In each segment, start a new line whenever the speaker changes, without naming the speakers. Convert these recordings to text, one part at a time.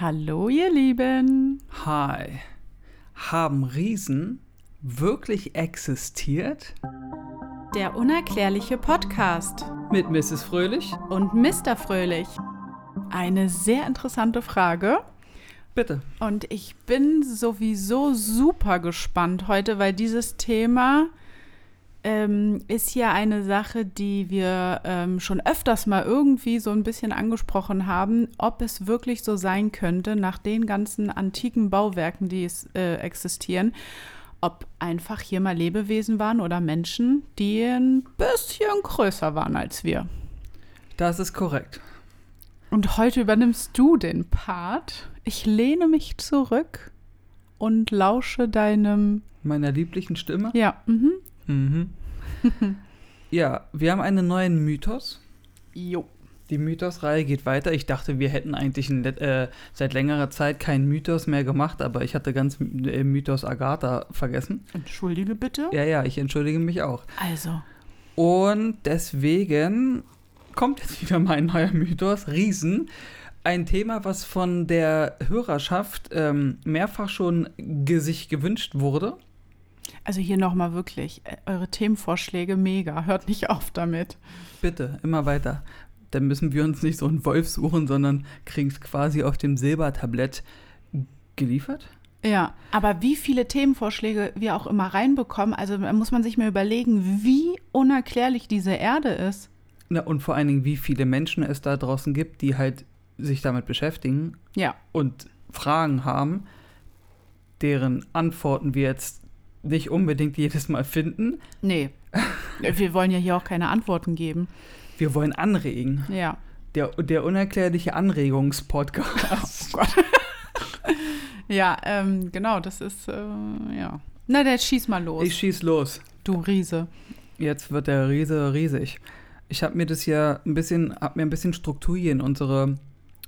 Hallo, ihr Lieben.
Hi. Haben Riesen wirklich existiert?
Der unerklärliche Podcast
Mit Mrs. Fröhlich?
und Mr. Fröhlich. Eine sehr interessante Frage.
Bitte.
Und ich bin sowieso super gespannt heute, weil dieses Thema ähm, ist ja eine Sache, die wir ähm, schon öfters mal irgendwie so ein bisschen angesprochen haben, ob es wirklich so sein könnte, nach den ganzen antiken Bauwerken, die es äh, existieren, ob einfach hier mal Lebewesen waren oder Menschen, die ein bisschen größer waren als wir.
Das ist korrekt.
Und heute übernimmst du den Part. Ich lehne mich zurück und lausche deinem.
Meiner lieblichen Stimme?
Ja, mhm.
Mhm. ja, wir haben einen neuen Mythos.
Jo.
Die Mythos-Reihe geht weiter. Ich dachte, wir hätten eigentlich in, let- äh, seit längerer Zeit keinen Mythos mehr gemacht, aber ich hatte ganz äh, Mythos Agatha vergessen.
Entschuldige bitte.
Ja, ja, ich entschuldige mich auch.
Also,
Und deswegen kommt jetzt wieder mein neuer Mythos, Riesen. Ein Thema, was von der Hörerschaft ähm, mehrfach schon ge sich gewünscht wurde.
also hier nochmal wirklich, äh, eure Themenvorschläge mega. Hört nicht auf damit.
Bitte, immer weiter. Dann müssen wir uns nicht so einen Wolf suchen, sondern kriegen es quasi auf dem Silbertablett geliefert.
Ja, aber wie viele Themenvorschläge wir auch immer reinbekommen, also da muss man sich mal überlegen, wie unerklärlich diese Erde ist.
Na, und vor allen Dingen, wie viele Menschen es da draußen gibt, die halt sich damit beschäftigen
Ja,
und Fragen haben, deren Antworten wir jetzt nicht unbedingt jedes Mal finden.
nee. wir wollen ja hier auch keine Antworten geben.
Wir wollen anregen.
Ja.
Der, der unerklärliche Anregungspodcast.
Oh Ja, ähm, genau, das ist, äh, ja. Na, dann schieß mal los,
ich schieß los.
du Riese.
Jetzt wird der Riese riesig. Ich habe mir das hier ein bisschen, hab mir ein bisschen Struktur hier in unsere,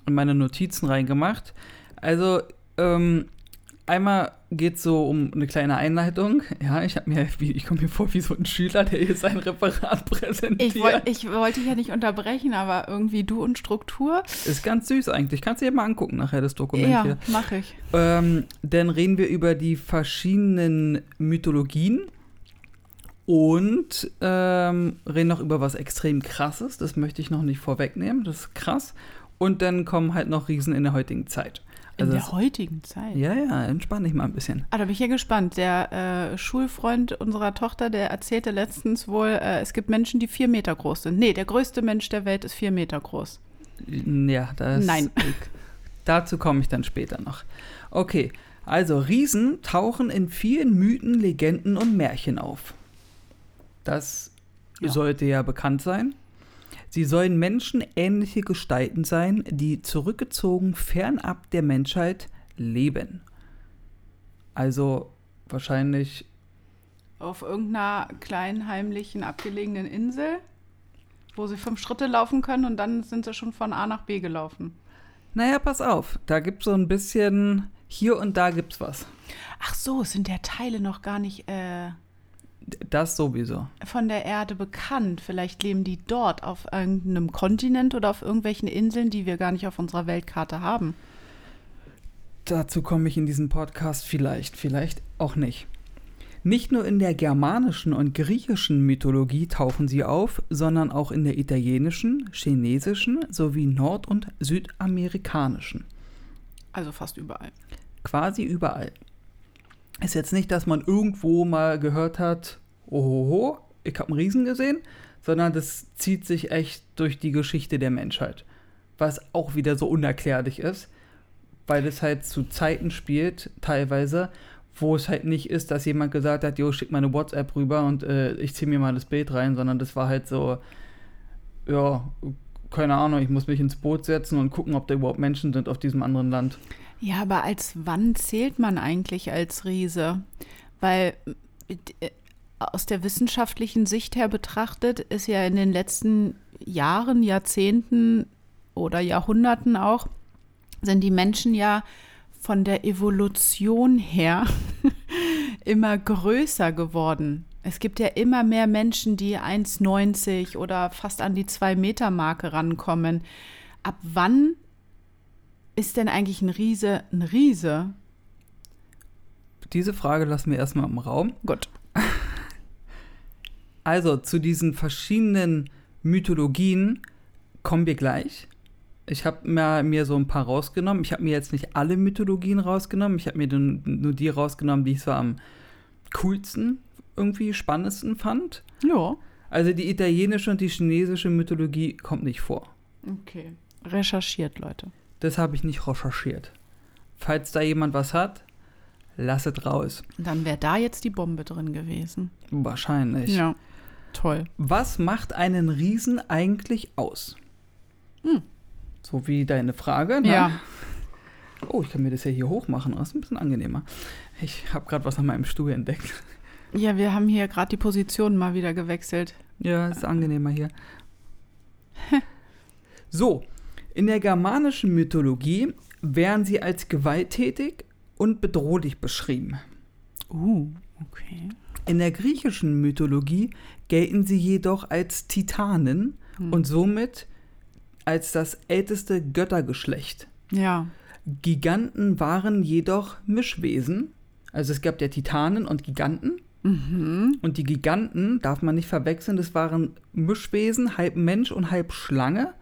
in meine Notizen reingemacht. Also, ähm, einmal geht es so um eine kleine Einleitung. Ja, ich habe mir, wie- ich komme mir vor wie so ein Schüler, der hier sein Referat präsentiert.
Ich, woll, ich wollte dich ja nicht unterbrechen, aber irgendwie du und Struktur.
Ist ganz süß eigentlich. Kannst du dir mal angucken nachher das Dokument
ja,
hier.
mache ich.
Ähm, dann reden wir über die verschiedenen Mythologien und ähm, reden noch über was extrem krasses. Das möchte ich noch nicht vorwegnehmen. Das ist krass. Und dann kommen halt noch Riesen in der heutigen Zeit.
In
Also
der heutigen Zeit.
das, ja, ja, entspann dich mal ein bisschen.
Ah, da bin ich ja gespannt. Der äh, Schulfreund unserer Tochter, der erzählte letztens wohl, äh, es gibt Menschen, die vier Meter groß sind. Nee, der größte Mensch der Welt ist vier Meter groß.
Ja, das
Nein.
Dazu komme ich dann später noch. Okay, also Riesen tauchen in vielen Mythen, Legenden und Märchen auf. Das
Ja.
sollte ja bekannt sein. Sie sollen menschenähnliche Gestalten sein, die zurückgezogen fernab der Menschheit leben. Also wahrscheinlich
Auf irgendeiner kleinen, heimlichen, abgelegenen Insel, wo sie fünf Schritte laufen können und dann sind sie schon von A nach B gelaufen.
Naja, pass auf, da gibt's so ein bisschen, hier und da gibt's was.
Ach so, es sind ja Teile noch gar nicht äh,
Das sowieso.
von der Erde bekannt. Vielleicht leben die dort auf irgendeinem Kontinent oder auf irgendwelchen Inseln, die wir gar nicht auf unserer Weltkarte haben.
Dazu komme ich in diesem Podcast vielleicht, vielleicht auch nicht. Nicht nur in der germanischen und griechischen Mythologie tauchen sie auf, sondern auch in der italienischen, chinesischen sowie nord- und südamerikanischen.
Also fast überall.
Quasi überall. Ist jetzt nicht, dass man irgendwo mal gehört hat, ohoho, ich habe einen Riesen gesehen, sondern das zieht sich echt durch die Geschichte der Menschheit. Was auch wieder so unerklärlich ist, weil es halt zu Zeiten spielt, teilweise, wo es halt nicht ist, dass jemand gesagt hat, jo, schick mal eine WhatsApp rüber und äh, ich ziehe mir mal das Bild rein, sondern das war halt so, ja, keine Ahnung, ich muss mich ins Boot setzen und gucken, ob da überhaupt Menschen sind auf diesem anderen Land.
Ja, aber als wann zählt man eigentlich als Riese? Weil äh, aus der wissenschaftlichen Sicht her betrachtet ist ja in den letzten Jahren, Jahrzehnten oder Jahrhunderten auch, sind die Menschen ja von der Evolution her immer größer geworden. Es gibt ja immer mehr Menschen, die 1,90 oder fast an die 2-Meter-Marke rankommen. Ab wann Ist denn eigentlich ein Riese ein Riese?
Diese Frage lassen wir erstmal im Raum.
Gut.
Also zu diesen verschiedenen Mythologien kommen wir gleich. Ich habe mir, mir so ein paar rausgenommen. Ich habe mir jetzt nicht alle Mythologien rausgenommen. Ich habe mir den, nur die rausgenommen, die ich so am coolsten, irgendwie spannendsten fand.
Ja.
Also die italienische und die chinesische Mythologie kommt nicht vor.
Okay. Recherchiert, Leute.
Das habe ich nicht recherchiert. Falls da jemand was hat, lasset raus.
Dann wäre da jetzt die Bombe drin gewesen.
Wahrscheinlich.
Ja. Toll.
Was macht einen Riesen eigentlich aus?
Hm.
So wie deine Frage. Ne?
Ja.
Oh, ich kann mir das ja hier hochmachen. Das ist ein bisschen angenehmer. Ich habe gerade was an meinem Stuhl entdeckt.
Ja, wir haben hier gerade die Position mal wieder gewechselt.
Ja, ist angenehmer hier. so, in der germanischen Mythologie werden sie als gewalttätig und bedrohlich beschrieben.
Uh, okay.
In der griechischen Mythologie gelten sie jedoch als Titanen
Hm.
und somit als das älteste Göttergeschlecht.
Ja.
Giganten waren jedoch Mischwesen. Also es gab ja Titanen und Giganten. Und die Giganten darf man nicht verwechseln, das waren Mischwesen, halb Mensch und halb Schlange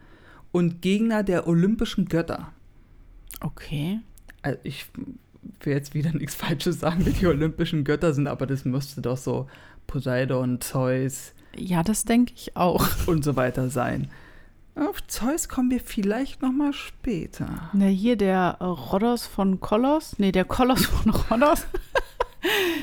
und Gegner der olympischen Götter.
Okay.
Also ich will jetzt wieder nichts Falsches sagen, wer die olympischen Götter sind, aber das müsste doch so Poseidon, Zeus
Ja, das denke ich auch.
und so weiter sein. Auf Zeus kommen wir vielleicht noch mal später.
Na, hier der äh, Rhodos von Kolos. Nee, der Kolos von Rhodos.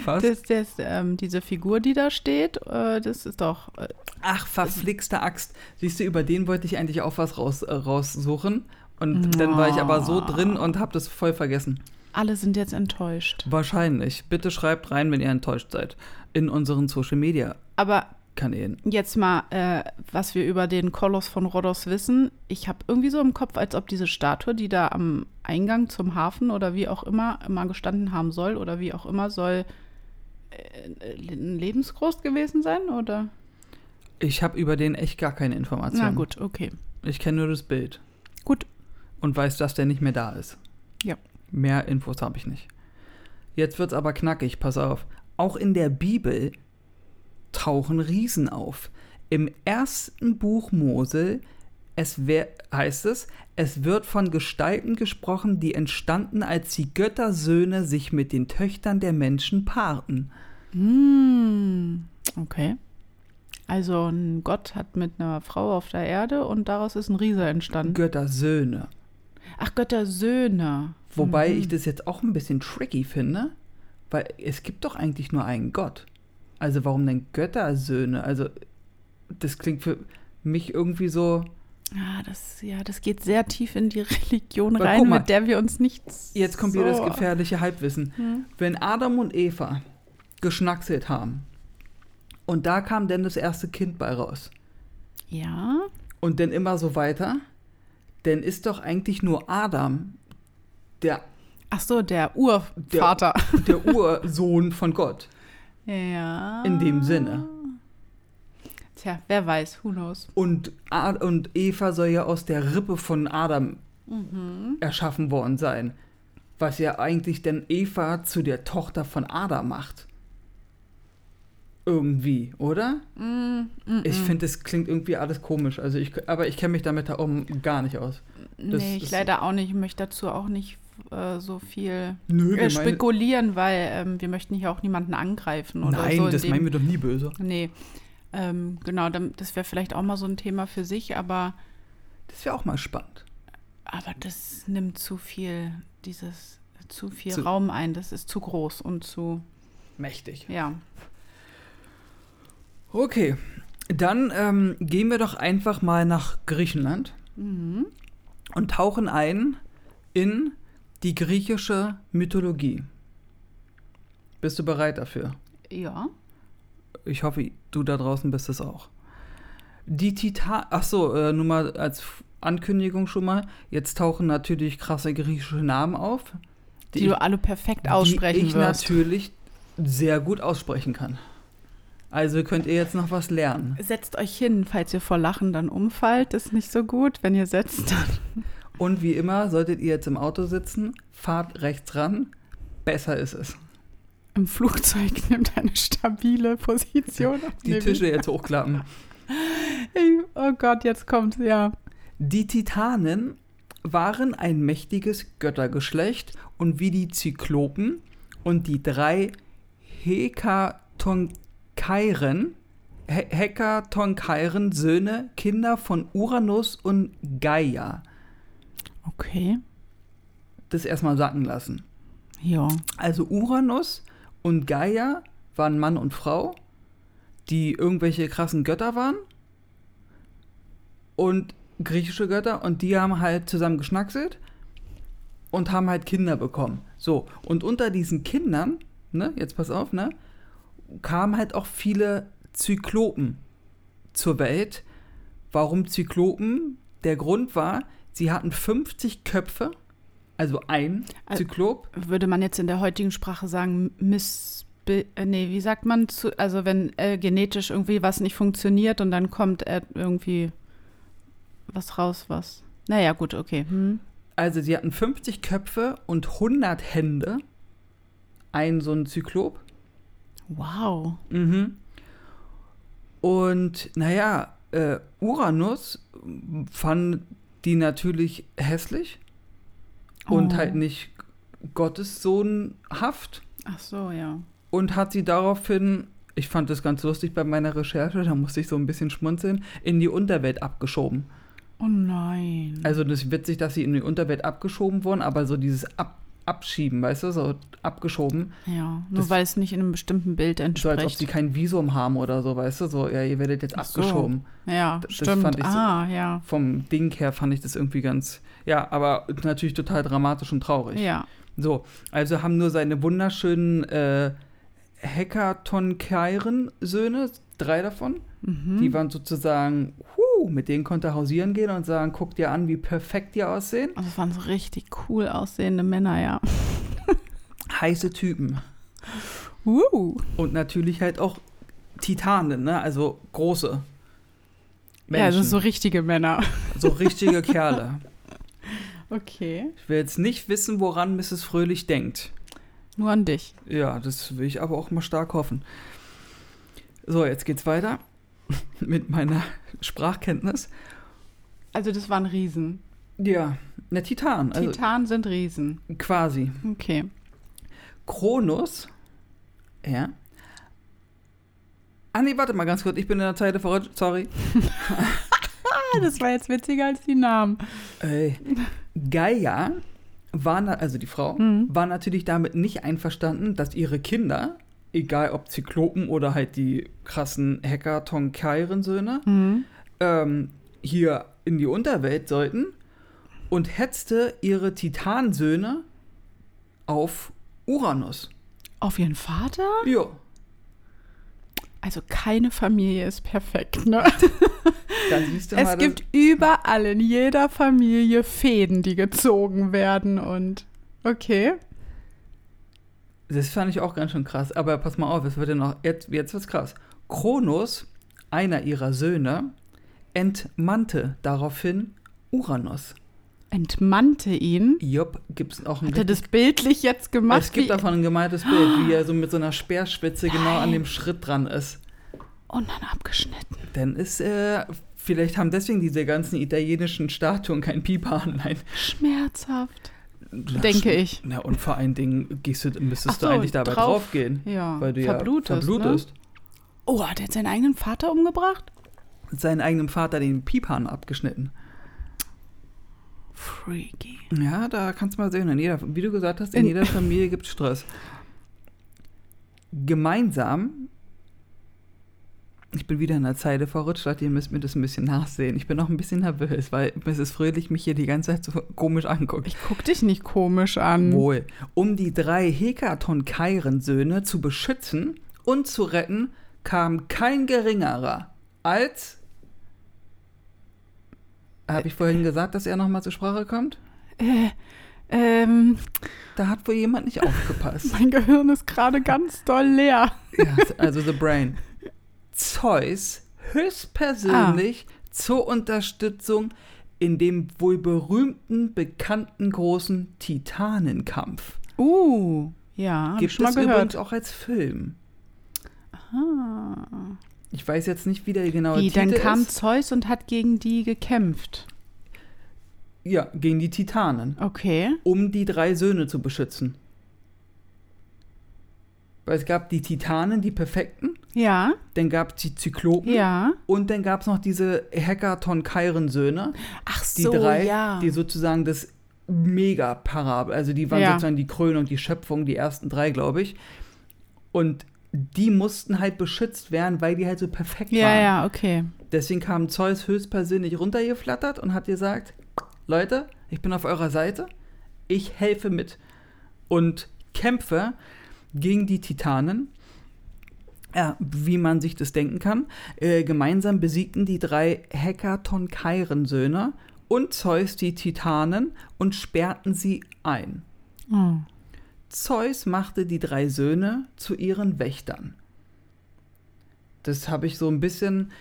Was?
Das, das, ähm, diese Figur, die da steht, äh, das ist doch. Äh,
Ach, verflixte Axt. Siehst du, über den wollte ich eigentlich auch was raus, äh, raussuchen. Und dann war ich aber so drin und habe das voll vergessen.
alle sind jetzt enttäuscht.
Wahrscheinlich. Bitte schreibt rein, wenn ihr enttäuscht seid. In unseren Social Media
Aber
Kanälen.
jetzt mal, äh, was wir über den Kolos von Rhodos wissen. Ich habe irgendwie so im Kopf, als ob diese Statue, die da am Eingang zum Hafen oder wie auch immer immer gestanden haben soll oder wie auch immer soll, äh, le- lebensgroß gewesen sein, oder?
Ich habe über den echt gar keine Informationen.
Na gut, okay.
Ich kenne nur das Bild
Gut.
und weiß, dass der nicht mehr da ist.
Ja.
Mehr Infos habe ich nicht. Jetzt wird's aber knackig, pass auf. Auch in der Bibel tauchen Riesen auf. Im ersten Buch Mose es wer- heißt es, es wird von Gestalten gesprochen, die entstanden, als die Göttersöhne sich mit den Töchtern der Menschen paarten.
Hm, okay. Also ein Gott hat mit einer Frau auf der Erde und daraus ist ein Riese entstanden.
Göttersöhne.
Ach, Götter Söhne. Mhm.
Wobei ich das jetzt auch ein bisschen tricky finde, weil es gibt doch eigentlich nur einen Gott. Also warum denn Göttersöhne? Also das klingt für mich irgendwie so.
Ah, das, ja, das geht sehr tief in die Religion
Aber
rein,
guck mal.
mit der wir uns nichts.
Jetzt kommt wieder das
Gefährt.
gefährliche Halbwissen. Wenn Adam und Eva geschnackselt haben und da kam dann das erste Kind bei raus
Ja,
und dann immer so weiter, dann ist doch eigentlich nur Adam der,
ach so, der Urvater.
der Ursohn von Gott.
ja.
In dem Sinne.
Tja, wer weiß, who knows.
Und, Ad und Eva soll ja aus der Rippe von Adam
Mhm.
erschaffen worden sein. Was ja eigentlich dann Eva zu der Tochter von Adam macht. Irgendwie, oder? Hm, Ich
Mhm.
finde, es klingt irgendwie alles komisch. Also ich, aber ich kenne mich damit da um gar nicht aus. Das
nee, ich
ist-
leider auch nicht. Ich möchte dazu auch nicht äh, so viel äh,
Nö, wir meinen-
spekulieren, weil ähm, wir möchten hier auch niemanden angreifen oder
Nein,
so. in
das
dem-
meinen wir doch nie böse.
Nee. Ähm, genau, dann, das wäre vielleicht auch mal so ein Thema für sich, aber,
Das wäre auch mal spannend.
aber das nimmt zu viel, dieses zu viel
Zu-
Raum ein. Das ist zu groß und zu,
Mächtig.
ja.
Okay, dann ähm, gehen wir doch einfach mal nach Griechenland
Mhm.
und tauchen ein in die griechische Mythologie. Bist du bereit dafür?
Ja.
Ich hoffe, du da draußen bist es auch. Die Titan. Ach so, äh, nur mal als F- Ankündigung schon mal. Jetzt tauchen natürlich krasse griechische Namen auf,
Die, du alle perfekt
die
aussprechen
ich
wirst.
natürlich sehr gut aussprechen kann. Also könnt ihr jetzt noch was lernen.
Setzt euch hin, falls ihr vor Lachen dann umfallt, ist nicht so gut. Wenn ihr setzt, dann.
Und wie immer, solltet ihr jetzt im Auto sitzen, fahrt rechts ran. Besser ist es.
Im Flugzeug nimmt eine stabile Position.
Die
Nee, wie-
Tische jetzt hochklappen.
Ey, Oh Gott, jetzt kommt's, ja.
Die Titanen waren ein mächtiges Göttergeschlecht und wie die Zyklopen und die drei Hekatonkairen, He Hekatonkairen Söhne, Kinder von Uranus und Gaia,
Okay,
das erstmal sacken lassen.
ja.
Also Uranus und Gaia waren Mann und Frau, die irgendwelche krassen Götter waren und griechische Götter und die haben halt zusammen geschnackselt und haben halt Kinder bekommen. So, und unter diesen Kindern, ne, jetzt pass auf, ne, kamen halt auch viele Zyklopen zur Welt. Warum Zyklopen? Der Grund war, sie hatten 50 Köpfe, also ein
Al-
Zyklop.
Würde man jetzt in der heutigen Sprache sagen, miss... Be äh, nee, wie sagt man zu, also wenn äh, genetisch irgendwie was nicht funktioniert und dann kommt äh, irgendwie was raus, was. Naja, gut, okay. Hm.
Also sie hatten 50 Köpfe und 100 Hände. Ein so ein Zyklop.
Wow.
Mhm. Und naja, äh, Uranus fand die natürlich hässlich und
Oh.
halt nicht gottessohnhaft
Ach so, ja.
und hat sie daraufhin, ich fand das ganz lustig bei meiner Recherche, da musste ich so ein bisschen schmunzeln, in die Unterwelt abgeschoben.
Oh nein.
Also das ist witzig, dass sie in die Unterwelt abgeschoben wurden, aber so dieses Ab Abschieben, weißt du, so abgeschoben,
ja, nur
das-
weil es nicht in einem bestimmten Bild
so als ob
entspricht.
sie kein Visum haben oder so, weißt du, so, ja, ihr werdet jetzt
Ach so.
abgeschoben.
ja,
das
stimmt.
fand ich so-
ah, ja.
Vom Ding her fand ich das irgendwie ganz, ja, aber natürlich total dramatisch und traurig.
Ja.
So, also haben nur seine wunderschönen äh, Hekaton-Kairen-Söhne, drei davon,
Mhm.
die waren sozusagen, huh, mit denen konnte er hausieren gehen und sagen, guck dir an, wie perfekt die aussehen.
Also es waren so richtig cool aussehende Männer, ja.
Heiße Typen.
Uh.
Und natürlich halt auch Titanen, ne? Also große. Menschen.
Ja, also so richtige Männer.
so richtige Kerle.
Okay.
Ich will jetzt nicht wissen, woran Mrs. Fröhlich denkt.
Nur an dich.
Ja, das will ich aber auch mal stark hoffen. So, jetzt geht's weiter mit meiner Sprachkenntnis.
Also das waren Riesen.
Ja, der Titan, also
Titanen sind Riesen.
quasi.
Okay.
Kronos. Ja. Ah, nee, warte mal ganz kurz, ich bin in der Zeile verrutscht, sorry.
Ah, das war jetzt witziger als die Namen.
Ey. Äh, Gaia war, na, also die Frau,
Mhm.
war natürlich damit nicht einverstanden, dass ihre Kinder, egal ob Zyklopen oder halt die krassen Hacker Tonkairen-Söhne,
Mhm.
ähm, hier in die Unterwelt sollten und hetzte ihre Titansöhne auf Uranus.
Auf ihren Vater?
Jo,
Also keine Familie ist perfekt, ne?
dann siehst du mal,
Es
das-
gibt überall in jeder Familie Fäden, die gezogen werden und okay.
Das fand ich auch ganz schön krass. Aber pass mal auf, es wird ja noch. Jetzt, jetzt wird's krass. Kronos, einer ihrer Söhne, entmannte daraufhin Uranus.
Entmannte ihn.
Jupp, gibt's auch ein.
Hat er das bildlich jetzt gemacht?
es gibt
wie,
davon ein gemaltes Bild, wie er so mit so einer Speerspitze genau an
Nein.
dem Schritt dran ist.
und dann Oh abgeschnitten.
Dann ist äh, vielleicht haben deswegen diese ganzen italienischen Statuen kein Piephahn. Nein.
Schmerzhaft. Denke ich.
Na und vor allen Dingen gehst du, müsstest
Ach
du
so,
eigentlich dabei
drauf.
draufgehen,
Ja. ne?
weil du
verblutest.
ja verblutest.
Ne? Oh, hat er jetzt seinen eigenen Vater umgebracht?
Und Seinen eigenen Vater den Piephahn abgeschnitten.
Freaky.
Ja, da kannst du mal sehen. In jeder, wie du gesagt hast, in,
In-
jeder Familie gibt es Stress. Gemeinsam. Ich bin wieder in der Zeile verrutscht, dachte, ihr müsst mir das ein bisschen nachsehen. Ich bin auch ein bisschen nervös, weil Mrs. Fröhlich mich hier die ganze Zeit so komisch anguckt.
Ich guck dich nicht komisch an.
Wohl. Um die drei Hekaton-Kairen-Söhne zu beschützen und zu retten, kam kein geringerer als. Habe ich vorhin gesagt, dass er nochmal zur Sprache kommt?
Äh, ähm,
Da hat wohl jemand nicht aufgepasst.
mein Gehirn ist gerade ganz doll leer.
ja, also The Brain.
Ah.
Zeus höchstpersönlich zur Unterstützung in dem wohl berühmten, bekannten großen Titanenkampf.
Uh, ja, habe ich
Gibt
schon mal
es übrigens
gehört.
auch als Film.
Ah.
Ich weiß jetzt nicht, wie der genaue
Wie,
Titel
dann kam
ist.
Zeus und hat gegen die gekämpft.
Ja, gegen die Titanen,
Okay.
um die drei Söhne zu beschützen. Weil es gab die Titanen, die Perfekten,
Ja,
dann gab es die Zyklopen
ja.
und dann gab es noch diese Hekaton-Kairen-Söhne,
Ach
die
so,
drei,
ja.
die sozusagen das Mega-Parabel, also die waren
Ja.
sozusagen die Krone und die Schöpfung, die ersten drei, glaube ich. Und die mussten halt beschützt werden, weil die halt so perfekt
ja,
waren.
ja, okay.
Deswegen kam Zeus höchstpersönlich runtergeflattert und hat gesagt, Leute, ich bin auf eurer Seite, ich helfe mit und kämpfe gegen die Titanen. Ja, wie man sich das denken kann. Äh, gemeinsam besiegten die drei Hekaton-Kairen-Söhne und Zeus die Titanen und sperrten sie ein.
Oh.
Zeus machte die drei Söhne zu ihren Wächtern. Das habe ich so ein bisschen,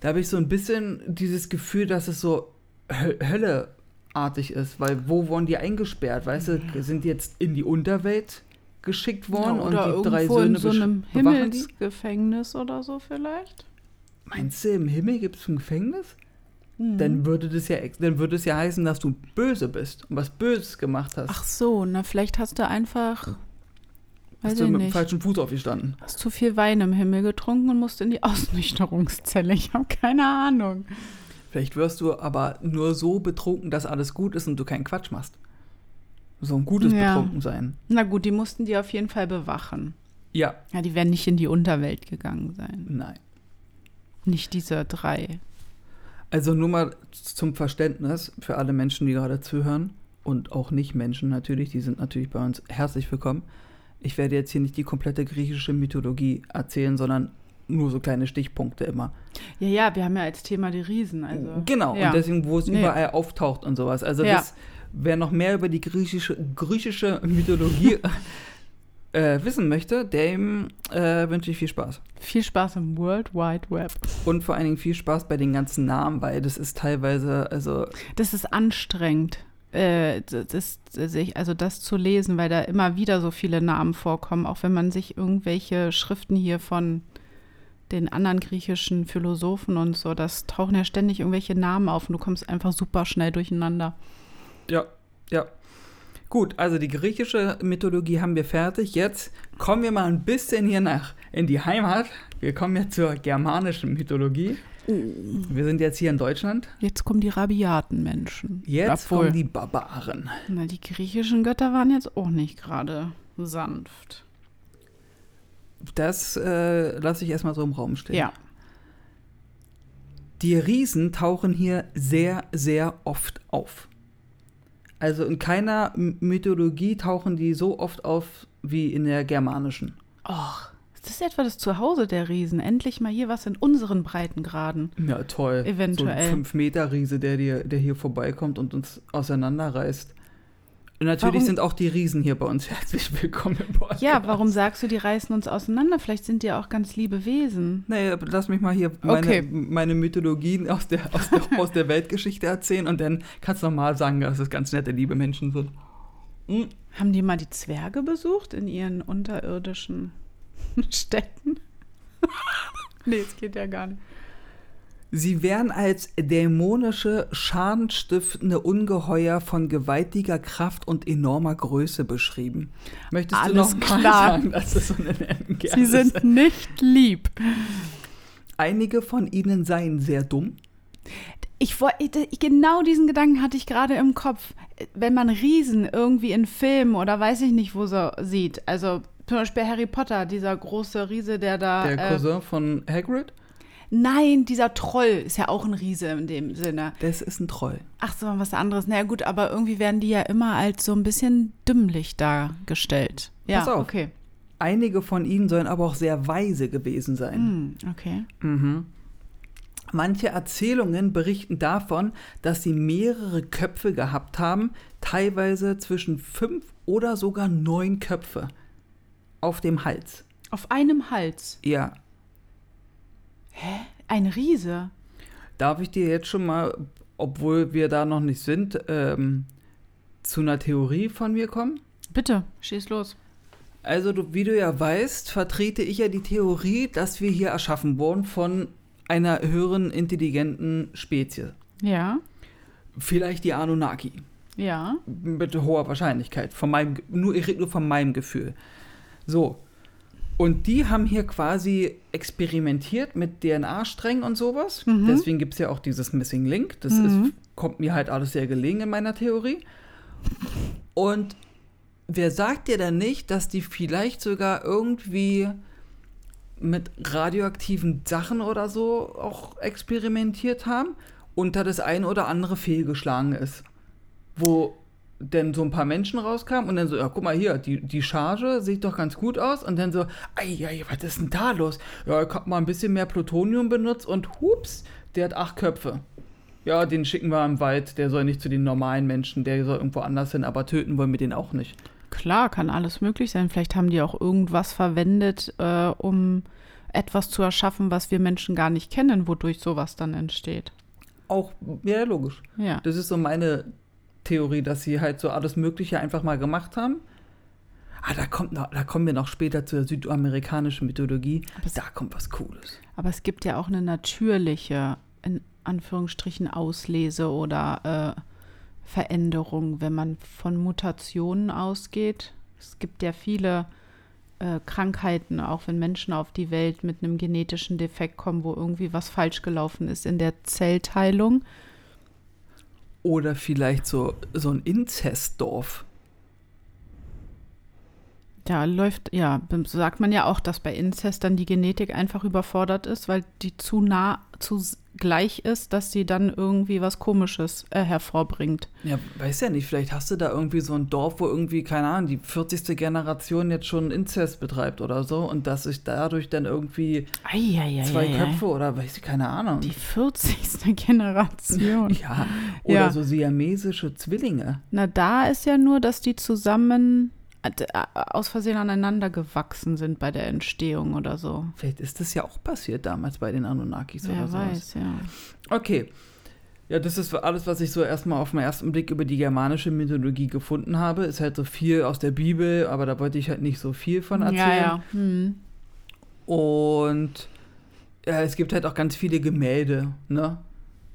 da habe ich so ein bisschen dieses Gefühl, dass es so Hö Hölleartig ist, weil wo wurden die eingesperrt? Weißt du, sind die jetzt in die Unterwelt geschickt worden
Ja,
und die
irgendwo
drei Söhne
in so
besch-
einem
bewachen die?
Himmelsgefängnis oder so vielleicht.
Meinst du, im Himmel gibt es ein Gefängnis?
Mhm.
Dann würde das ja, ex- dann würde es ja heißen, dass du böse bist und was Böses gemacht hast.
Ach so, na vielleicht hast du einfach,
hast
weiß
du
ich
mit dem
nicht,
falschen Fuß aufgestanden?
hast zu viel Wein im Himmel getrunken und musst in die Ausnüchterungszelle. Ich habe keine Ahnung.
Vielleicht wirst du aber nur so betrunken, dass alles gut ist und du keinen Quatsch machst. So ein gutes
Ja.
Betrunkensein.
Na gut, die mussten die auf jeden Fall bewachen.
Ja,
Ja, die werden nicht in die Unterwelt gegangen sein.
nein.
Nicht diese drei.
Also nur mal zum Verständnis für alle Menschen, die gerade zuhören und auch Nicht-Menschen natürlich, die sind natürlich bei uns herzlich willkommen. Ich werde jetzt hier nicht die komplette griechische Mythologie erzählen, sondern nur so kleine Stichpunkte immer.
Ja, ja, wir haben ja als Thema die Riesen. Also.
genau,
ja.
und deswegen, wo es
Nee.
überall auftaucht und sowas. Also
Ja.
das, wer noch mehr über die griechische, griechische Mythologie äh, wissen möchte, dem äh, wünsche ich viel Spaß.
Viel Spaß im World Wide Web.
Und vor allen Dingen viel Spaß bei den ganzen Namen, weil das ist teilweise, also
Das ist anstrengend, äh, das, das, sich, also das zu lesen, weil da immer wieder so viele Namen vorkommen, auch wenn man sich irgendwelche Schriften hier von den anderen griechischen Philosophen und so, das tauchen ja ständig irgendwelche Namen auf und du kommst einfach super schnell durcheinander.
Ja, ja. Gut, also die griechische Mythologie haben wir fertig. Jetzt kommen wir mal ein bisschen hier nach in die Heimat. Wir kommen jetzt zur germanischen Mythologie.
Uh.
Wir sind jetzt hier in Deutschland.
Jetzt kommen die rabiaten Menschen.
Jetzt
Obwohl,
kommen die Barbaren.
Na, die griechischen Götter waren jetzt auch nicht gerade sanft.
Das äh, lasse ich erstmal so im Raum stehen.
Ja.
Die Riesen tauchen hier sehr, sehr oft auf. Also in keiner M- Mythologie tauchen die so oft auf wie in der germanischen.
Och, ist das etwa das Zuhause der Riesen? Endlich mal hier was in unseren Breitengraden.
Ja, toll. So
Eventuell.
ein 5-Meter-Riese, der, dir- der hier vorbeikommt und uns auseinanderreißt. Und Natürlich
Warum-
sind auch die Riesen hier bei uns herzlich willkommen im Podcast.
Ja, warum sagst du, die reißen uns auseinander? Vielleicht sind die ja auch ganz liebe Wesen.
Naja, aber lass mich mal hier meine,
Okay.
meine Mythologien aus der, aus, der, aus der Weltgeschichte erzählen und dann kannst du nochmal sagen, dass es ganz nette, liebe Menschen sind. Hm.
Haben die mal die Zwerge besucht in ihren unterirdischen Städten? nee, es geht ja gar nicht.
Sie werden als dämonische, schadenstiftende Ungeheuer von gewaltiger Kraft und enormer Größe beschrieben. Möchtest
Alles
du noch mal
klar.
sagen, dass es so eine gerne
Sie sind nicht lieb.
Einige von ihnen seien sehr dumm.
Ich wollte, genau diesen Gedanken hatte ich gerade im Kopf. Wenn man Riesen irgendwie in Filmen oder weiß ich nicht, wo so sieht, also zum Beispiel Harry Potter, dieser große Riese, der da.
Der
äh,
Cousin von Hagrid,
nein, dieser Troll ist ja auch ein Riese in dem Sinne.
das ist ein Troll.
Ach so, was anderes. Na ja, gut, aber irgendwie werden die ja immer als so ein bisschen dümmlich dargestellt. Ja,
Pass auf.
okay.
Einige von ihnen sollen aber auch sehr weise gewesen sein.
Hm, okay.
Manche Erzählungen berichten davon, dass sie mehrere Köpfe gehabt haben, teilweise zwischen fünf oder sogar neun Köpfe auf dem Hals.
Auf einem Hals.
Ja,
Ein Riese.
darf ich dir jetzt schon mal obwohl wir da noch nicht sind, ähm, zu einer Theorie von mir kommen.
Bitte, schieß los.
Also, du, wie du ja weißt, vertrete ich ja die Theorie, dass wir hier erschaffen wurden von einer höheren intelligenten Spezies.
Ja,
Vielleicht die Anunnaki.
ja.
Mit hoher Wahrscheinlichkeit. Von meinem, nur, ich rede nur von meinem Gefühl. So. Und die haben hier quasi experimentiert mit DNA-Strängen und sowas.
Mhm.
Deswegen gibt es ja auch dieses Missing Link. Das
Mhm.
ist, kommt mir halt alles sehr gelegen in meiner Theorie. Und wer sagt dir denn nicht, dass die vielleicht sogar irgendwie mit radioaktiven Sachen oder so auch experimentiert haben und da das ein oder andere fehlgeschlagen ist? Wo denn so ein paar Menschen rauskamen und dann so, ja, guck mal hier, die, die Charge sieht doch ganz gut aus und dann so, ei, ei, was ist denn da los? Ja, ich hab mal ein bisschen mehr Plutonium benutzt und hups, der hat acht Köpfe. Ja, den schicken wir im Wald, der soll nicht zu den normalen Menschen, der soll irgendwo anders hin, aber töten wollen wir den auch nicht.
Klar, kann alles möglich sein. Vielleicht haben die auch irgendwas verwendet, äh, um etwas zu erschaffen, was wir Menschen gar nicht kennen, wodurch sowas dann entsteht.
Auch, ja, logisch.
Ja.
Das ist so meine Theorie, dass sie halt so alles Mögliche einfach mal gemacht haben. Ah, da, kommt noch, da kommen wir noch später zur südamerikanischen Mythologie.
Aber es-
Da kommt was Cooles.
Aber es gibt ja auch eine natürliche, in Anführungsstrichen, Auslese oder äh, Veränderung, wenn man von Mutationen ausgeht. Es gibt ja viele äh, Krankheiten, auch wenn Menschen auf die Welt mit einem genetischen Defekt kommen, wo irgendwie was falsch gelaufen ist in der Zellteilung.
Oder vielleicht so, so ein Inzestdorf.
Da läuft, ja, so sagt man ja auch, dass bei Inzest dann die Genetik einfach überfordert ist, weil die zu nah, zu s- gleich ist, dass sie dann irgendwie was Komisches äh, hervorbringt.
Ja, weiß ja nicht, vielleicht hast du da irgendwie so ein Dorf, wo irgendwie, keine Ahnung, die 40. Generation jetzt schon Inzest betreibt oder so und dass sich dadurch dann irgendwie
Eieiei.
zwei Köpfe oder weiß ich, keine Ahnung.
Die 40. Generation.
ja, oder
Ja.
so siamesische Zwillinge.
Na, da ist ja nur, dass die zusammen äh, d- äh, aus Versehen aneinander gewachsen sind bei der Entstehung oder so.
Vielleicht ist das ja auch passiert damals bei den Anunnakis oder
Wer
sowas.
weiß, ja.
Okay. Ja, das ist alles, was ich so erstmal auf meinen ersten Blick über die germanische Mythologie gefunden habe. Ist halt so viel aus der Bibel, aber da wollte ich halt nicht so viel von erzählen.
Ja, ja. Hm.
Und ja, es gibt halt auch ganz viele Gemälde, ne?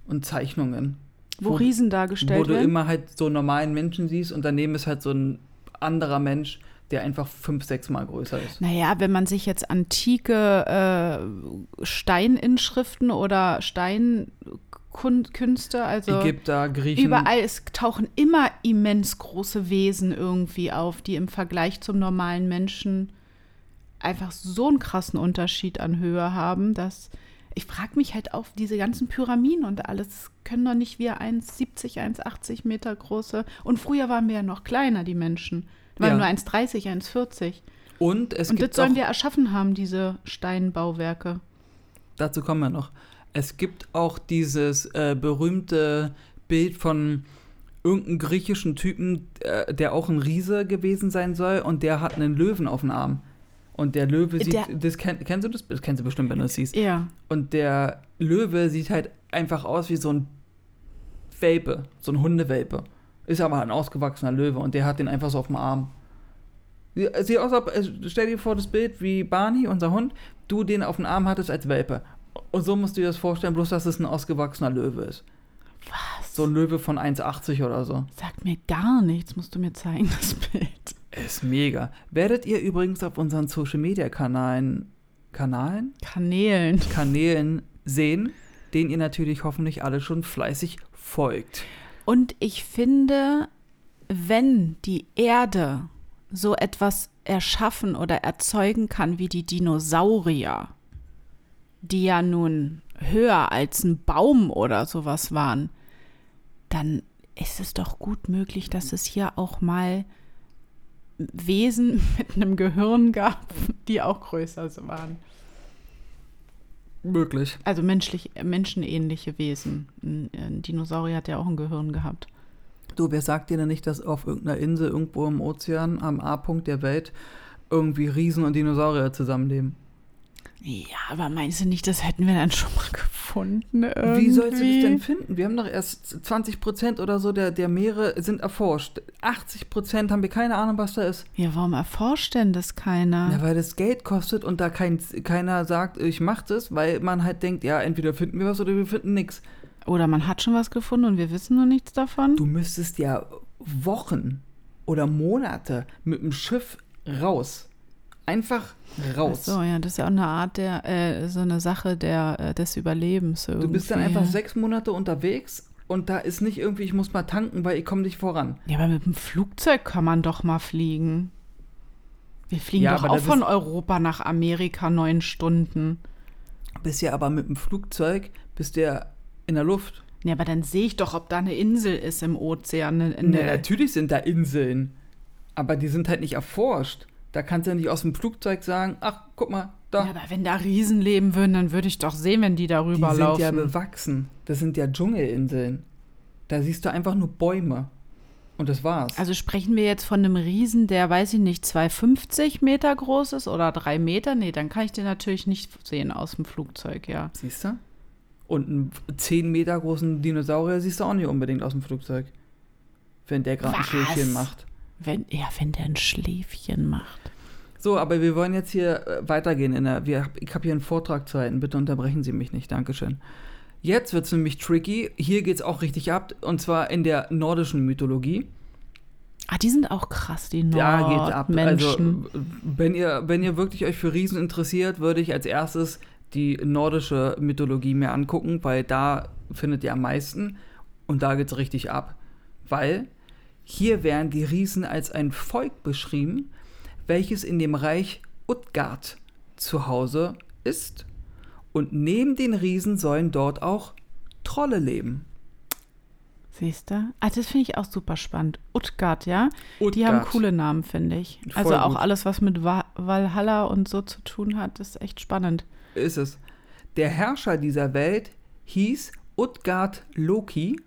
Und Zeichnungen.
Wo,
Wo-
Riesen
wo
dargestellt
du
werden.
immer halt so normalen Menschen siehst und daneben ist halt so ein anderer Mensch, der einfach fünf, sechs Mal größer ist.
Naja, wenn man sich jetzt antike äh, Steininschriften oder Steinkünste, also
Ägypter, Griechen.
Überall es tauchen immer immens große Wesen irgendwie auf, die im Vergleich zum normalen Menschen einfach so einen krassen Unterschied an Höhe haben, dass ich frage mich halt auf diese ganzen Pyramiden und alles können doch nicht wir 1,70, 1,80 Meter große. Und früher waren wir ja noch kleiner, die Menschen. Da waren
Ja.
nur 1,30, 1,40.
Und es
Und das
gibt auch,
sollen wir erschaffen haben, diese Steinbauwerke.
dazu kommen wir noch. Es gibt auch dieses äh, berühmte Bild von irgendeinem griechischen Typen, äh, der auch ein Riese gewesen sein soll und der hat einen Löwen auf dem Arm. Und der Löwe sieht,
Äh, Der-
das kenn, kennst du das? Das kennst du bestimmt, wenn du es siehst.
Ja.
Und der Löwe sieht halt einfach aus wie so ein Welpe, so ein Hundewelpe. Ist aber ein ausgewachsener Löwe und der hat den einfach so auf dem Arm. Sie- Sieht aus, ob, äh, stell dir vor, das Bild wie Barney, unser Hund, du den auf dem Arm hattest als Welpe. Und so musst du dir das vorstellen, bloß dass es ein ausgewachsener Löwe ist.
Was?
So ein Löwe von 1,80 oder so.
Sagt mir gar nichts, musst du mir zeigen, das Bild.
Ist mega. Werdet ihr übrigens auf unseren Social Media Kanälen, Kanälen?
Kanälen.
Kanälen sehen, denen ihr natürlich hoffentlich alle schon fleißig folgt.
Und ich finde, wenn die Erde so etwas erschaffen oder erzeugen kann wie die Dinosaurier, die ja nun höher als ein Baum oder sowas waren, dann ist es doch gut möglich, dass es hier auch mal Wesen mit einem Gehirn gab, die auch größer so waren.
Möglich.
Also menschlich, menschenähnliche Wesen. Ein ein Dinosaurier hat ja auch ein Gehirn gehabt.
Du, wer sagt dir denn nicht, dass auf irgendeiner Insel irgendwo im Ozean am A-Punkt der Welt irgendwie Riesen und Dinosaurier zusammenleben?
Ja, aber meinst du nicht, das hätten wir dann schon mal gefunden? Irgendwie?
Wie sollst du das denn finden? Wir haben doch erst 20 Prozent oder so der, der Meere sind erforscht. 80 Prozent haben wir keine Ahnung, was da ist.
Ja, warum erforscht denn das keiner?
Ja, weil das Geld kostet und da kein, keiner sagt, ich mach das, weil man halt denkt, ja, entweder finden wir was oder wir finden nichts.
Oder man hat schon was gefunden und wir wissen nur nichts davon?
Du müsstest ja Wochen oder Monate mit dem Schiff raus. Einfach raus.
Ach so, ja, das ist ja auch eine Art der, äh, so eine Sache der, äh, des Überlebens. Irgendwie.
Du bist dann einfach sechs Monate unterwegs und da ist nicht irgendwie, ich muss mal tanken, weil ich komme nicht voran.
Ja, aber mit dem Flugzeug kann man doch mal fliegen. Wir fliegen
Ja,
doch
aber
auch
das
von
ist-
Europa nach Amerika neun Stunden.
Bist ja aber mit dem Flugzeug, bist ja in der Luft.
Ja, aber dann sehe ich doch, ob da eine Insel ist im Ozean. ne- ne-
Na, natürlich sind da Inseln, aber die sind halt nicht erforscht. Da kannst du ja nicht aus dem Flugzeug sagen, ach, guck mal, da.
Ja, aber wenn da Riesen leben würden, dann würde ich doch sehen, wenn die
die
darüber
sind ja
laufen.
bewachsen. Das sind ja Dschungelinseln. Da siehst du einfach nur Bäume. Und das war's.
also sprechen wir jetzt von einem Riesen, der, weiß ich nicht, 250 Meter groß ist oder drei Meter? Nee, dann kann ich den natürlich nicht sehen aus dem Flugzeug, ja.
Siehst du? Und einen 10 Meter großen Dinosaurier siehst du auch nicht unbedingt aus dem Flugzeug. Wenn der gerade ein
Was?
Schäfchen macht.
Wenn, ja, wenn der ein Schläfchen macht.
So, aber wir wollen jetzt hier äh, weitergehen. In der, wir, ich habe hier einen Vortrag zu halten. Bitte unterbrechen Sie mich nicht. Dankeschön. Jetzt wird es nämlich tricky. Hier geht es auch richtig ab. Und zwar in der nordischen Mythologie.
Ah, die sind auch krass, die
Da geht's ab.
Nordmenschen.
Also, wenn ihr, wenn ihr wirklich euch für Riesen interessiert, würde ich als erstes die nordische Mythologie mir angucken, weil da findet ihr am meisten und da geht's richtig ab. Weil hier werden die Riesen als ein Volk beschrieben, welches in dem Reich Utgard zu Hause ist. Und neben den Riesen sollen dort auch Trolle leben.
Siehst du? Ah, das finde ich auch super spannend. Utgard, ja? Die
Utgard.
haben coole Namen, finde ich.
Voll
Also auch
gut.
alles, was mit Wa Valhalla und so zu tun hat, ist echt spannend.
ist es. Der Herrscher dieser Welt hieß Utgard Loki.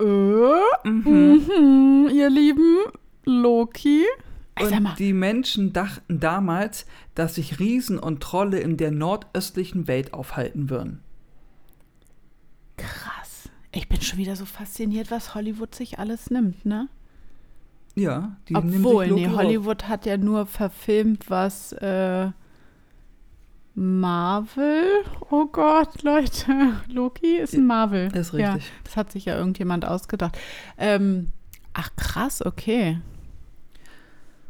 Äh, mhm, ihr Lieben, Loki. Ey, sag mal,
Und die Menschen dachten damals, dass sich Riesen und Trolle in der nordöstlichen Welt aufhalten würden.
krass. Ich bin schon wieder so fasziniert, was Hollywood sich alles nimmt, ne?
Ja, die
Obwohl, nee,
raus.
Hollywood hat ja nur verfilmt, was äh, Marvel. Oh Gott, Leute, Loki ist ein Marvel.
ist
Ja,
richtig.
das hat sich ja irgendjemand ausgedacht. Ähm, ach krass, okay.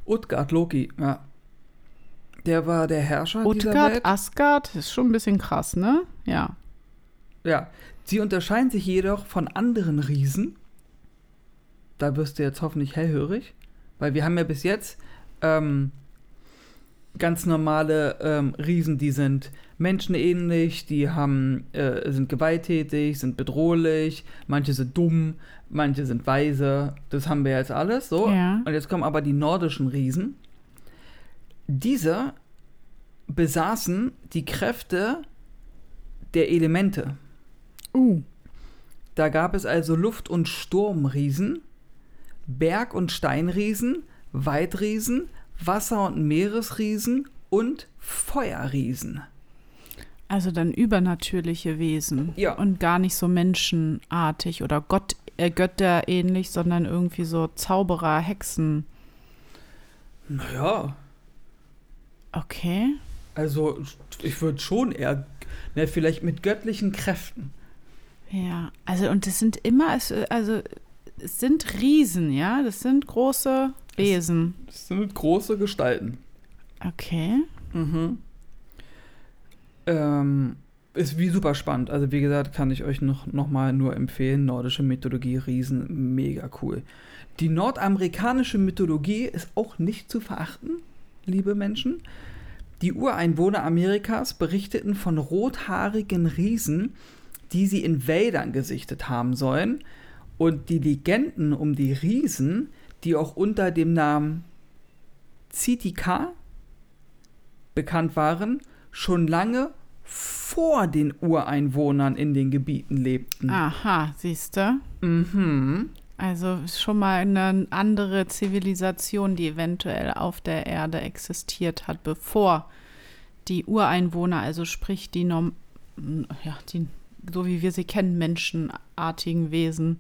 Utgard Loki, ja. Der war der Herrscher dieser Welt.
Utgard, Asgard, das ist schon ein bisschen krass, ne? Ja.
Ja. Sie unterscheiden sich jedoch von anderen Riesen. Da wirst du jetzt hoffentlich hellhörig, weil wir haben ja bis jetzt ähm, ganz normale ähm, Riesen, die sind menschenähnlich, die haben, äh, sind gewalttätig, sind bedrohlich, manche sind dumm, manche sind weise. Das haben wir jetzt alles so.
Ja.
Und jetzt kommen aber die nordischen Riesen. Diese besaßen die Kräfte der Elemente.
Uh.
Da gab es also Luft- und Sturmriesen, Berg- und Steinriesen, Waldriesen, Wasser- und Meeresriesen und Feuerriesen.
Also dann übernatürliche Wesen.
Ja.
Und gar nicht so menschenartig oder Gott, äh, Götterähnlich, sondern irgendwie so Zauberer, Hexen.
Naja,
Okay.
also ich würde schon eher, ne, vielleicht mit göttlichen Kräften.
Ja. Also, und das sind immer, es- also, es sind Riesen, ja? Das sind große Wesen.
Das sind große Gestalten.
Okay.
Mhm. Ähm, ist wie super spannend. Also wie gesagt, kann ich euch noch, noch mal nur empfehlen. Nordische Mythologie, Riesen, mega cool. Die nordamerikanische Mythologie ist auch nicht zu verachten, liebe Menschen. Die Ureinwohner Amerikas berichteten von rothaarigen Riesen, die sie in Wäldern gesichtet haben sollen. Und die Legenden um die Riesen, die auch unter dem Namen Zitika bekannt waren, schon lange vor den Ureinwohnern in den Gebieten lebten.
Aha, siehst du?
Mhm.
Also ist schon mal eine andere Zivilisation, die eventuell auf der Erde existiert hat, bevor die Ureinwohner, also sprich die, Norm ja, die so wie wir sie kennen, menschenartigen Wesen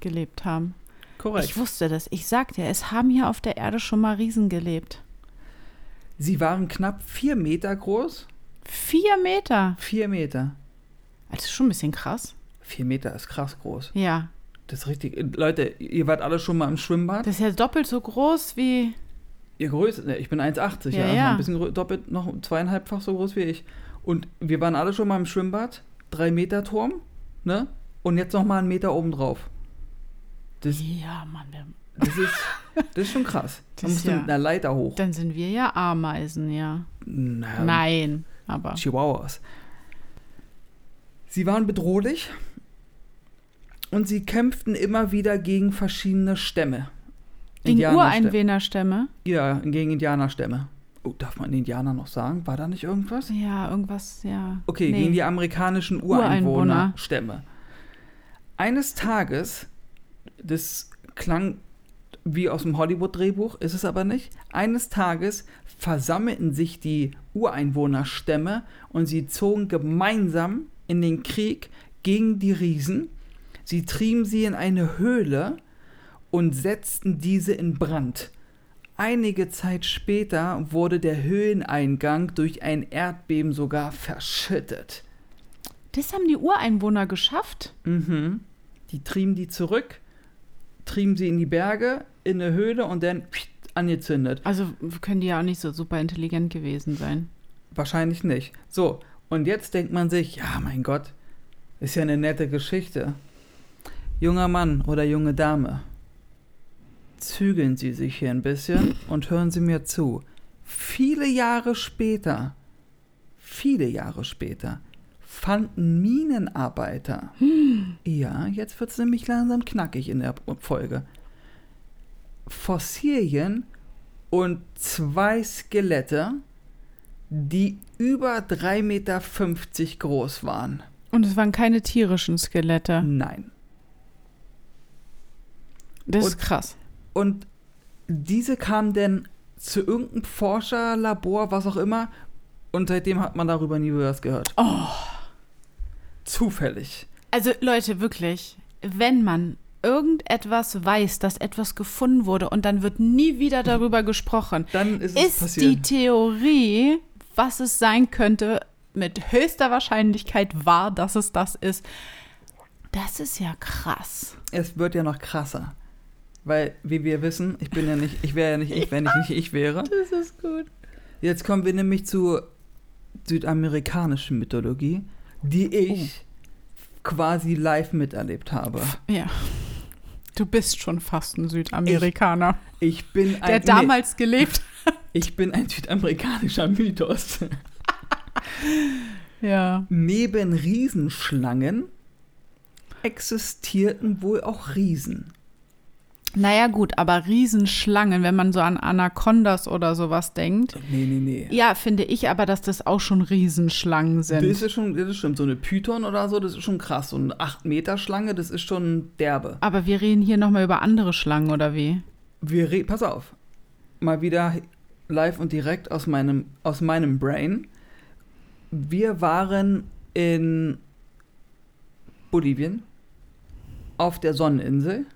gelebt haben.
Korrekt.
Ich wusste das. Ich sagte, es haben hier auf der Erde schon mal Riesen gelebt.
Sie waren knapp vier Meter groß.
Vier Meter.
Vier Meter.
Das ist schon ein bisschen krass.
Vier Meter ist krass groß.
Ja.
Das ist richtig. äh, Leute, ihr wart alle schon mal im Schwimmbad.
Das ist ja doppelt so groß wie.
Ihr größer, ne, ich bin 1,80,
Ja,
ja, also
ja.
ein bisschen grö- doppelt, noch zweieinhalbfach so groß wie ich. Und wir waren alle schon mal im Schwimmbad, 3 Meter Turm, ne? Und jetzt nochmal einen Meter oben drauf. Das,
Ja, Mann. wir-
das, ist, das ist schon krass. Da
Das
musst du
ja.
mit einer Leiter hoch.
Dann sind wir ja Ameisen, ja.
Naja,
Nein, aber.
Chihuahuas. Sie waren bedrohlich und sie kämpften immer wieder gegen verschiedene Stämme.
Gegen
Indianerstämme.
Ureinwohnerstämme?
Ja, gegen Indianerstämme. Oh, darf man Indianer noch sagen? War da nicht irgendwas?
Ja, irgendwas, ja.
Okay,
Nee.
gegen die amerikanischen
Ureinwohner.
Ureinwohnerstämme. Eines Tages, das klang wie aus dem Hollywood-Drehbuch, ist es aber nicht. Eines Tages versammelten sich die Ureinwohnerstämme und sie zogen gemeinsam in den Krieg gegen die Riesen. Sie trieben sie in eine Höhle und setzten diese in Brand. Einige Zeit später wurde der Höhleneingang durch ein Erdbeben sogar verschüttet.
Das haben die Ureinwohner geschafft?
Mhm. Die trieben die zurück, trieben sie in die Berge, in eine Höhle und dann pft, angezündet.
Also können die ja auch nicht so super intelligent gewesen sein.
Wahrscheinlich nicht. So, und jetzt denkt man sich, ja, mein Gott, ist ja eine nette Geschichte. Junger Mann oder junge Dame, zügeln Sie sich hier ein bisschen und hören Sie mir zu. Viele Jahre später, viele Jahre später, fanden Minenarbeiter, ja, jetzt wird es nämlich langsam knackig in der Folge, Fossilien und zwei Skelette, die über 3,50 Meter groß waren.
Und es waren keine tierischen Skelette.
Nein.
Das ist
Und-
krass.
Und diese kamen dann zu irgendeinem Forscherlabor, was auch immer, und seitdem hat man darüber nie wieder was gehört. Oh. Zufällig.
Also Leute, wirklich, wenn man irgendetwas weiß, dass etwas gefunden wurde und dann wird nie wieder darüber gesprochen,
Dann ist, es
ist die
passiert.
Theorie, was es sein könnte, mit höchster Wahrscheinlichkeit wahr, dass es das ist. Das ist ja krass.
es wird ja noch krasser. Weil, wie wir wissen, ich bin ja nicht, ich wäre ja nicht ich, wenn ich nicht ich wäre.
Das ist gut.
Jetzt kommen wir nämlich zur südamerikanischen Mythologie, die ich Oh. quasi live miterlebt habe.
Ja. Du bist schon fast ein Südamerikaner,
Ich bin ein
der
nee,
damals gelebt
ich bin ein südamerikanischer Mythos.
Ja.
Neben Riesenschlangen existierten wohl auch Riesen.
Naja, gut, aber Riesenschlangen, wenn man so an Anacondas oder sowas denkt.
Nee, nee, nee.
Ja, finde ich aber, dass das auch schon Riesenschlangen
Das
sind.
ist schon, das stimmt, so eine Python oder so, das ist schon krass. So eine 8-Meter-Schlange, das ist schon derbe.
Aber wir reden hier nochmal über andere Schlangen, oder wie?
Wir re pass auf. Mal wieder live und direkt aus meinem, aus meinem Brain. Wir waren in Bolivien auf der Sonneninsel.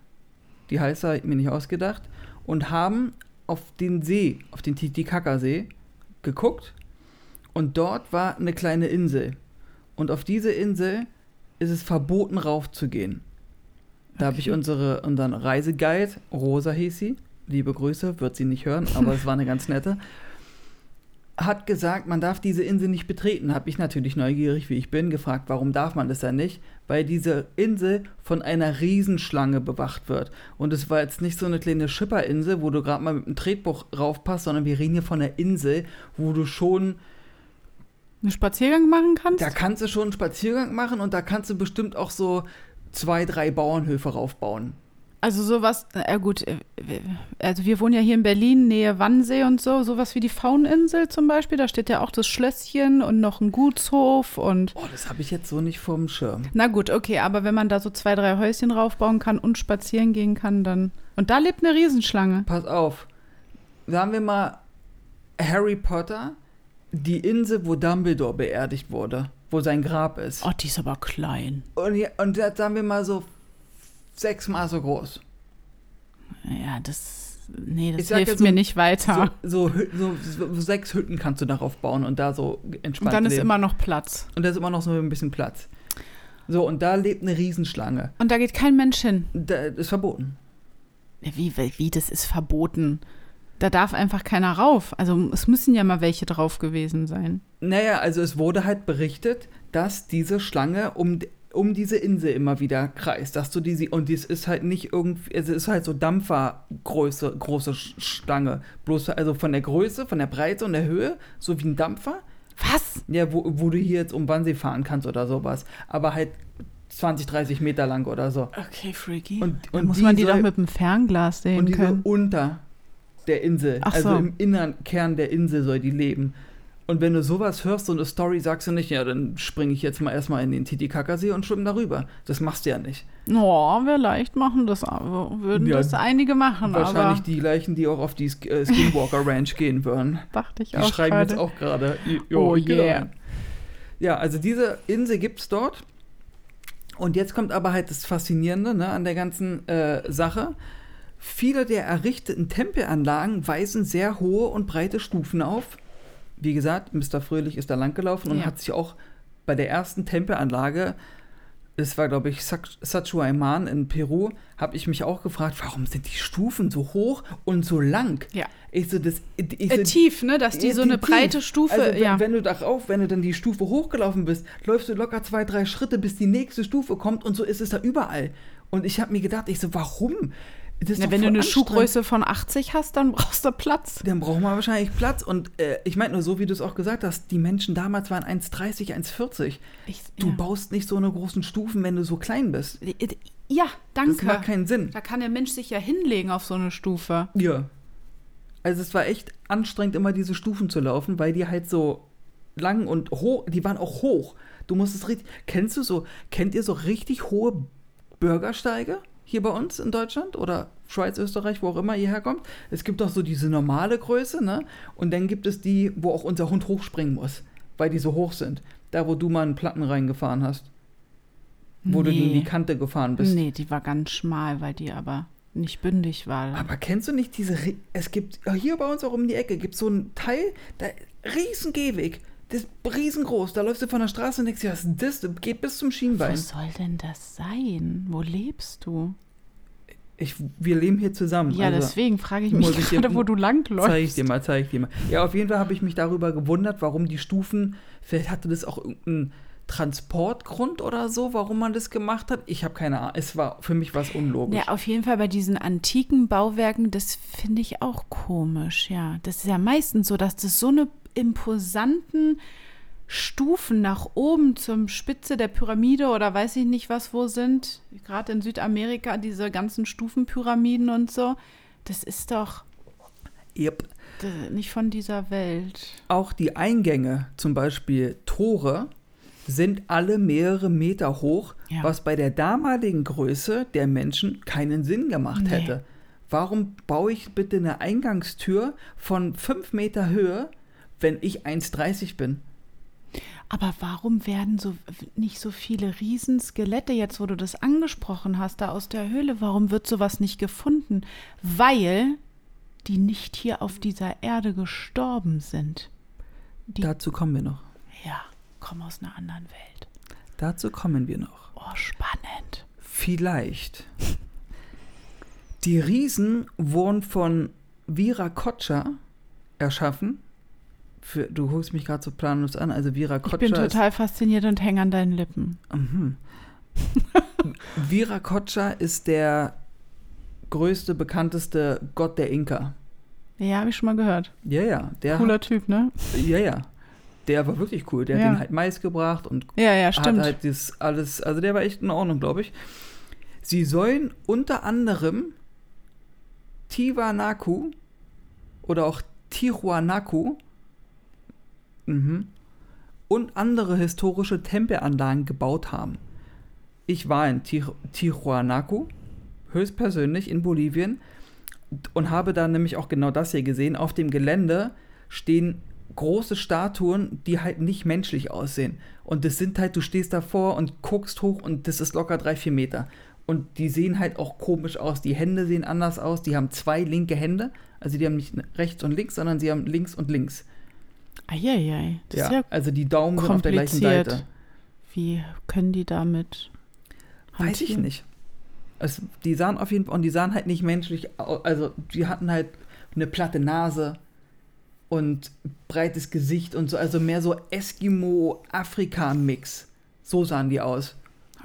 Die heißt habe ich mir nicht ausgedacht. Und haben auf den See, auf den Titicacasee geguckt. Und dort war eine kleine Insel. Und auf diese Insel ist es verboten, raufzugehen. Da habe ich
Okay.
unsere, unseren Reiseguide, Rosa hieß sie, liebe Grüße, wird sie nicht hören, aber es war eine ganz nette, hat gesagt, man darf diese Insel nicht betreten. Habe ich natürlich neugierig, wie ich bin, gefragt, warum darf man das denn nicht? Weil diese Insel von einer Riesenschlange bewacht wird. Und es war jetzt nicht so eine kleine Schipperinsel, wo du gerade mal mit einem Tretbuch raufpasst, sondern wir reden hier von einer Insel, wo du schon
Einen Spaziergang machen kannst?
da kannst du schon einen Spaziergang machen und da kannst du bestimmt auch so zwei, drei Bauernhöfe raufbauen.
Also sowas, ja gut, äh, also wir wohnen ja hier in Berlin, Nähe Wannsee und so, sowas wie die Fauninsel zum Beispiel, da steht ja auch das Schlösschen und noch ein Gutshof und
Oh, das habe ich jetzt so nicht vom Schirm.
na gut, okay, aber wenn man da so zwei, drei Häuschen raufbauen kann und spazieren gehen kann, dann. Und da lebt eine Riesenschlange.
Pass auf. Sagen wir mal Harry Potter die Insel, wo Dumbledore beerdigt wurde, wo sein Grab ist.
Oh, die ist aber klein.
Und, hier- und das sagen wir mal so sechsmal so groß.
Ja, das. Nee, das
Ich sag
hilft
jetzt so-
mir nicht weiter.
So, so, Hü- so, so sechs Hütten kannst du darauf bauen und da so entspannt
und dann ist
leben.
immer noch Platz.
und da ist immer noch so ein bisschen Platz. So, und da lebt eine Riesenschlange.
Und da geht kein Mensch hin.
Da ist verboten.
Ja, Wie, wie, wie, das ist verboten. Da darf einfach keiner rauf. Also es müssen ja mal welche drauf gewesen sein.
Naja, also es wurde halt berichtet, dass diese Schlange um, um diese Insel immer wieder kreist, dass du diese und dies ist halt nicht irgendwie, es ist halt so Dampfergröße, große Sch- Schlange, bloß also von der Größe, von der Breite und der Höhe, so wie ein Dampfer,
Was?
ja, wo, wo du hier jetzt um Wannsee fahren kannst oder sowas, aber halt 20, 30 Meter lang oder so.
Okay, freaky. Und,
Und,
dann muss man die
soll-
doch mit dem Fernglas sehen
und die soll
können.
unter der Insel,
Ach
also
so.
im inneren Kern der Insel soll die leben. Und wenn du sowas hörst, so eine Story, sagst du nicht, ja, dann springe ich jetzt mal erstmal in den Titicacasee und schwimme darüber. Das machst du ja nicht.
Oh, vielleicht machen das, aber- würden
Ja,
das einige machen,
Wahrscheinlich
aber
die gleichen, die auch auf die Sk- äh, Skinwalker Ranch gehen würden.
dachte ich
Die
auch
schreiben
gerade.
jetzt auch gerade. i-
Oh
ich geh da
yeah.
rein. Ja, also diese Insel gibt's dort. Und jetzt kommt aber halt das Faszinierende ne, an der ganzen äh, Sache. Viele der errichteten Tempelanlagen weisen sehr hohe und breite Stufen auf. Wie gesagt, Mr. Fröhlich ist da langgelaufen und
Ja.
hat sich auch bei der ersten Tempelanlage, es war glaube ich Sac- Sachuaiman in Peru, habe ich mich auch gefragt, warum sind die Stufen so hoch und so lang?
Ja.
Ich so, das, ich so,
Äh, tief, ne? Dass die
ja,
so eine
tief.
breite Stufe,
Also, wenn,
ja.
wenn du darauf, wenn du dann die Stufe hochgelaufen bist, läufst du locker zwei, drei Schritte, bis die nächste Stufe kommt und so ist es da überall. Und ich habe mir gedacht, ich so, warum? Das ist
Na,
doch
wenn du
voll
eine
anstrengend.
Schuhgröße von 80 hast, dann brauchst du Platz.
Dann braucht man wahrscheinlich Platz. Und äh, ich meine nur so, wie du es auch gesagt hast, die Menschen damals waren 1,30, 1,40.
Ich,
Du
ja.
baust nicht so eine großen Stufen, wenn du so klein bist.
ja,
Das
danke.
macht keinen Sinn.
Da kann der Mensch sich ja hinlegen auf so eine Stufe.
Ja. Also es war echt anstrengend, immer diese Stufen zu laufen, weil die halt so lang und hoch, die waren auch hoch. Du musstest richtig, kennst du so, kennt ihr so richtig hohe Bürgersteige hier bei uns in Deutschland oder Schweiz, Österreich, wo auch immer ihr herkommt? Es gibt auch so diese normale Größe, ne? Und dann gibt es die, wo auch unser Hund hochspringen muss, weil die so hoch sind. Da, wo du mal einen Platten reingefahren hast. Wo du gegen die Kante gefahren bist.
Nee, die war ganz schmal, weil die aber nicht bündig war.
Aber kennst du nicht diese. Ri- Es gibt hier bei uns auch um die Ecke gibt so einen Teil, da riesen Gehweg. Das ist riesengroß. Da läufst du von der Straße und denkst, dir, was ist das? Das geht bis zum Schienbein.
Was soll denn das sein? Wo lebst du?
Ich, wir leben hier zusammen.
Ja,
also,
deswegen frage ich mich
muss ich dir-
gerade, wo du langläufst.
zeig ich dir mal, zeig ich dir mal. Ja, auf jeden Fall habe ich mich darüber gewundert, warum die Stufen. Vielleicht hatte das auch irgendeinen Transportgrund oder so, warum man das gemacht hat. Ich habe keine Ahnung. Es war für mich was unlogisch.
Ja, auf jeden Fall bei diesen antiken Bauwerken, das finde ich auch komisch, ja. Das ist ja meistens so, dass das so eine imposanten Stufen nach oben zum Spitze der Pyramide oder weiß ich nicht was wo sind. Gerade in Südamerika diese ganzen Stufenpyramiden und so. Das ist doch
Yep.
äh, nicht von dieser Welt.
Auch die Eingänge, zum Beispiel Tore, sind alle mehrere Meter hoch,
Ja.
was bei der damaligen Größe der Menschen keinen Sinn gemacht
Nee.
hätte. Warum baue ich bitte eine Eingangstür von 5 Meter Höhe, wenn ich 1,30 bin?
Aber warum werden so nicht so viele Riesenskelette, jetzt wo du das angesprochen hast, da aus der Höhle, warum wird sowas nicht gefunden? Weil die nicht hier auf dieser Erde gestorben sind. Die-
Dazu kommen wir noch.
Ja, kommen aus einer anderen Welt.
Dazu kommen wir noch.
Oh, spannend.
Vielleicht. Die Riesen wurden von Vira Kotscher erschaffen. Für, du guckst mich gerade so planlos an. Also Vira
Ich
Kotscher
bin
ist
total fasziniert und hänge an deinen Lippen.
Mhm. Vira Kotscher ist der größte, bekannteste Gott der Inka.
Ja, habe ich schon mal gehört.
Ja, ja. Der,
Cooler Typ, ne?
Ja, ja. Der war wirklich cool. Der
Ja.
hat den halt Mais gebracht und
Ja, ja, stimmt.
hat halt das alles. Also der war echt in Ordnung, glaube ich. Sie sollen unter anderem Tiwanaku oder auch Tihuanaku mhm, und andere historische Tempelanlagen gebaut haben. Ich war in Tih- Tijuanacu, höchstpersönlich in Bolivien, und habe da nämlich auch genau das hier gesehen. Auf dem Gelände stehen große Statuen, die halt nicht menschlich aussehen. Und das sind halt, du stehst davor und guckst hoch und das ist locker drei, vier Meter. Und die sehen halt auch komisch aus. Die Hände sehen anders aus. Die haben zwei linke Hände. Also die haben nicht rechts und links, sondern sie haben links und links.
Eieiei, das
ja,
ist ja
also die Daumen sind auf der gleichen
kompliziert.
Seite.
Wie können die damit?
Weiß ich
hantieren?
nicht. Es, die sahen auf jeden Fall, und die sahen halt nicht menschlich aus. Also die hatten halt eine platte Nase und breites Gesicht und so. Also mehr so Eskimo-Afrika-Mix. So sahen die aus.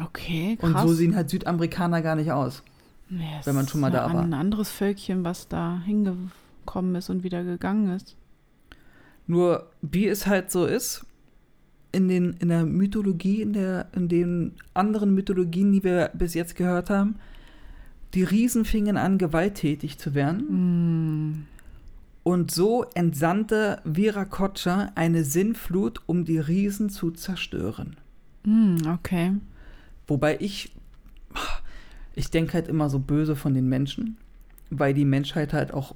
Okay, krass.
Und so sehen halt Südamerikaner gar nicht aus.
Ja, es
wenn man schon mal
ist
da war.
Ein anderes Völkchen, was da hingekommen ist und wieder gegangen ist.
Nur wie es halt so ist, in, den, in der Mythologie, in, der, in den anderen Mythologien, die wir bis jetzt gehört haben, die Riesen fingen an, gewalttätig zu werden.
Hm.
Und so entsandte Viracocha eine Sinnflut, um die Riesen zu zerstören.
Hm, okay.
Wobei ich, ich denke halt immer so böse von den Menschen, weil die Menschheit halt auch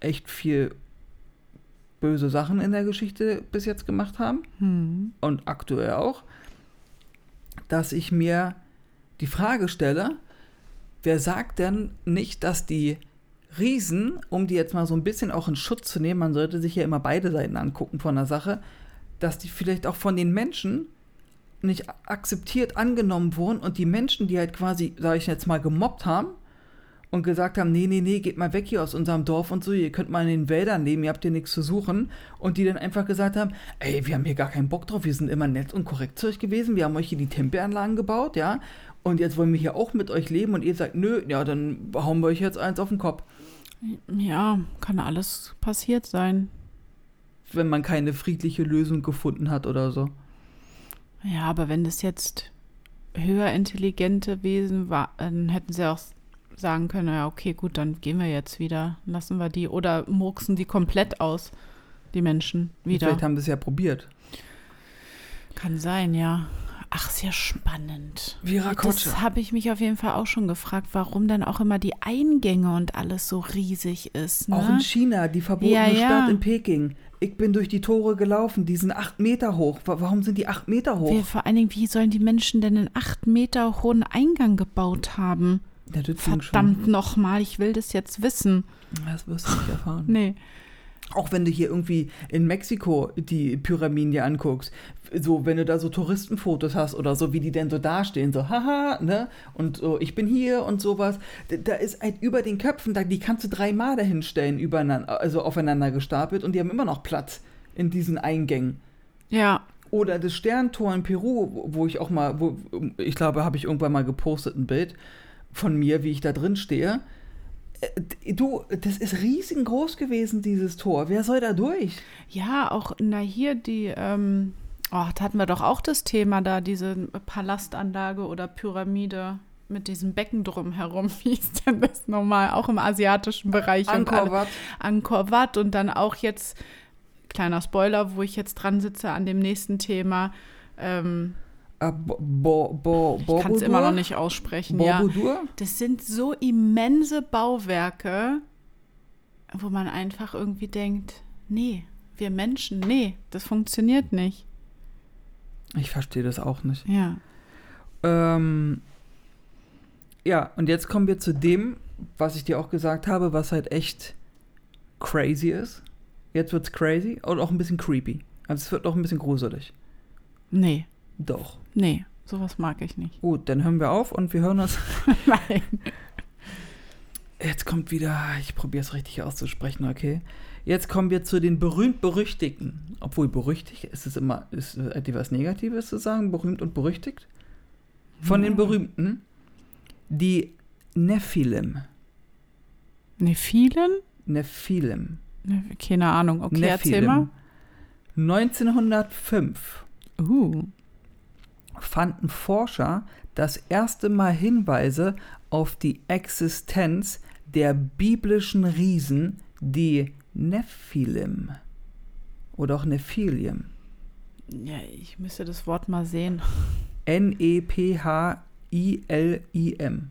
echt viel böse Sachen in der Geschichte bis jetzt gemacht haben
Hm.
und aktuell auch, dass ich mir die Frage stelle, wer sagt denn nicht, dass die Riesen, um die jetzt mal so ein bisschen auch in Schutz zu nehmen, man sollte sich ja immer beide Seiten angucken von der Sache, dass die vielleicht auch von den Menschen nicht akzeptiert angenommen wurden und die Menschen, die halt quasi, sage ich jetzt mal, gemobbt haben und gesagt haben, nee, nee, nee, geht mal weg hier aus unserem Dorf und so, ihr könnt mal in den Wäldern leben, ihr habt hier nichts zu suchen und die dann einfach gesagt haben, ey, wir haben hier gar keinen Bock drauf, wir sind immer nett und korrekt zu euch gewesen, wir haben euch hier die Tempelanlagen gebaut, ja, und jetzt wollen wir hier auch mit euch leben und ihr sagt, nö, ja, dann hauen wir euch jetzt eins auf den Kopf,
Ja, kann alles passiert sein.
wenn man keine friedliche Lösung gefunden hat oder so.
Ja, aber wenn das jetzt höher intelligente Wesen war, dann hätten sie auch sagen können, ja, okay, gut, dann gehen wir jetzt wieder, lassen wir die oder murksen die komplett aus, die Menschen wieder.
Vielleicht haben sie es ja probiert.
Kann sein, ja. Ach, sehr spannend.
Viracocha.
Das habe ich mich auf jeden Fall auch schon gefragt, warum dann auch immer die Eingänge und alles so riesig ist. Ne?
Auch in China, die verbotene
Ja, ja.
Stadt in Peking. Ich bin durch die Tore gelaufen, die sind acht Meter hoch. Wa- Warum sind die acht Meter hoch?
Wir, vor allen Dingen, wie sollen die Menschen denn einen 8 Meter hohen Eingang gebaut haben?
Ja, das ging
Verdammt nochmal, ich will das jetzt wissen.
Schon. Das wirst du nicht erfahren.
Nee.
Auch wenn du hier irgendwie in Mexiko die Pyramiden dir anguckst, so wenn du da so Touristenfotos hast oder so, wie die denn so dastehen, so haha, ne? Und so, ich bin hier und sowas. D- Da ist halt über den Köpfen, da, die kannst du dreimal dahinstellen, übereinander, also aufeinander gestapelt und die haben immer noch Platz in diesen Eingängen.
Ja,
Oder das Sterntor in Peru, wo- wo ich auch mal, wo, ich glaube, habe ich irgendwann mal gepostet ein Bild von mir, wie ich da drin stehe. Äh, Du, das ist riesengroß gewesen, dieses Tor. Wer soll da durch?
ja, auch, na hier, die, ähm, oh, da hatten wir doch auch das Thema da, diese Palastanlage oder Pyramide mit diesem Becken drumherum. Wie ist denn das normal? Auch im asiatischen Bereich. und alle-
Angkor Wat.
Angkor Wat und dann auch jetzt, kleiner Spoiler, wo ich jetzt dran sitze an dem nächsten Thema. Ähm,
Äh, Bo, Bo, Bo,
ich kann es
Borobudur?
immer noch nicht aussprechen, ja.
Borobudur?
Das sind so immense Bauwerke, wo man einfach irgendwie denkt, nee, wir Menschen, nee, das funktioniert nicht.
Ich verstehe das auch nicht.
Ja.
Ähm, ja, und jetzt kommen wir zu dem, was ich dir auch gesagt habe, was halt echt crazy ist. Jetzt wird's crazy und auch ein bisschen creepy. Also es wird auch ein bisschen gruselig.
Nee,
Doch.
nee, sowas mag ich nicht.
Gut, dann hören wir auf und wir hören uns.
Nein.
Jetzt kommt wieder, ich probiere es richtig auszusprechen, okay? Jetzt kommen wir zu den berühmt-berüchtigten. Obwohl berüchtigt ist es immer, ist äh, etwas Negatives zu sagen, berühmt und berüchtigt. Von den
Ja.
berühmten, die Nephilim.
Nephilen?
Nephilim.
Ne- Keine Ahnung. Okay, erzähl mal.
Nephilim. 1905
Uh.
fanden Forscher das erste Mal Hinweise auf die Existenz der biblischen Riesen, die Nephilim oder auch Nephilim.
Ja, ich müsste das Wort mal sehen.
E N-E-P-H-I-L-I-M.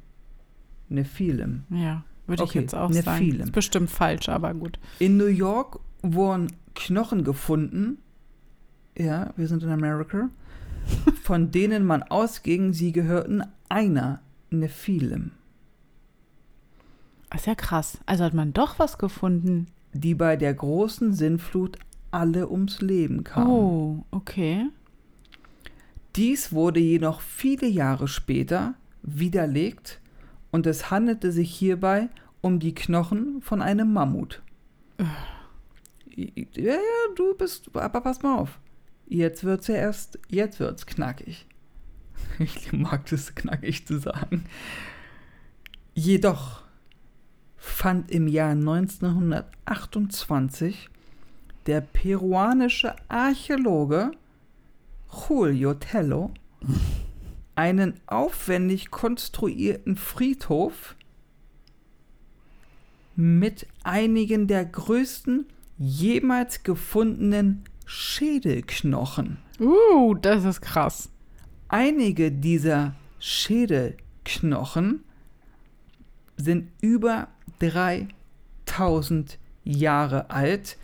Nephilim.
Ja, würde
Okay,
ich jetzt auch sagen.
Nephilim.
Ist bestimmt falsch, aber gut.
In New York wurden Knochen gefunden. Ja, wir sind in America. Von denen man ausging, sie gehörten einer Nephilim,
Das ist ja krass. Also hat man doch was gefunden.
die bei der großen Sinnflut alle ums Leben kamen.
Oh, okay.
Dies wurde jedoch viele Jahre später widerlegt und es handelte sich hierbei um die Knochen von einem Mammut. I- Ja, ja, du bist, aber pass mal auf. Jetzt wird's ja erst, jetzt wird's knackig. Ich mag das knackig zu sagen. Jedoch fand im Jahr 1928 der peruanische Archäologe Julio Tello einen aufwendig konstruierten Friedhof mit einigen der größten jemals gefundenen Schädelknochen.
Uh, das ist krass.
Einige dieser Schädelknochen sind über 3000 Jahre alt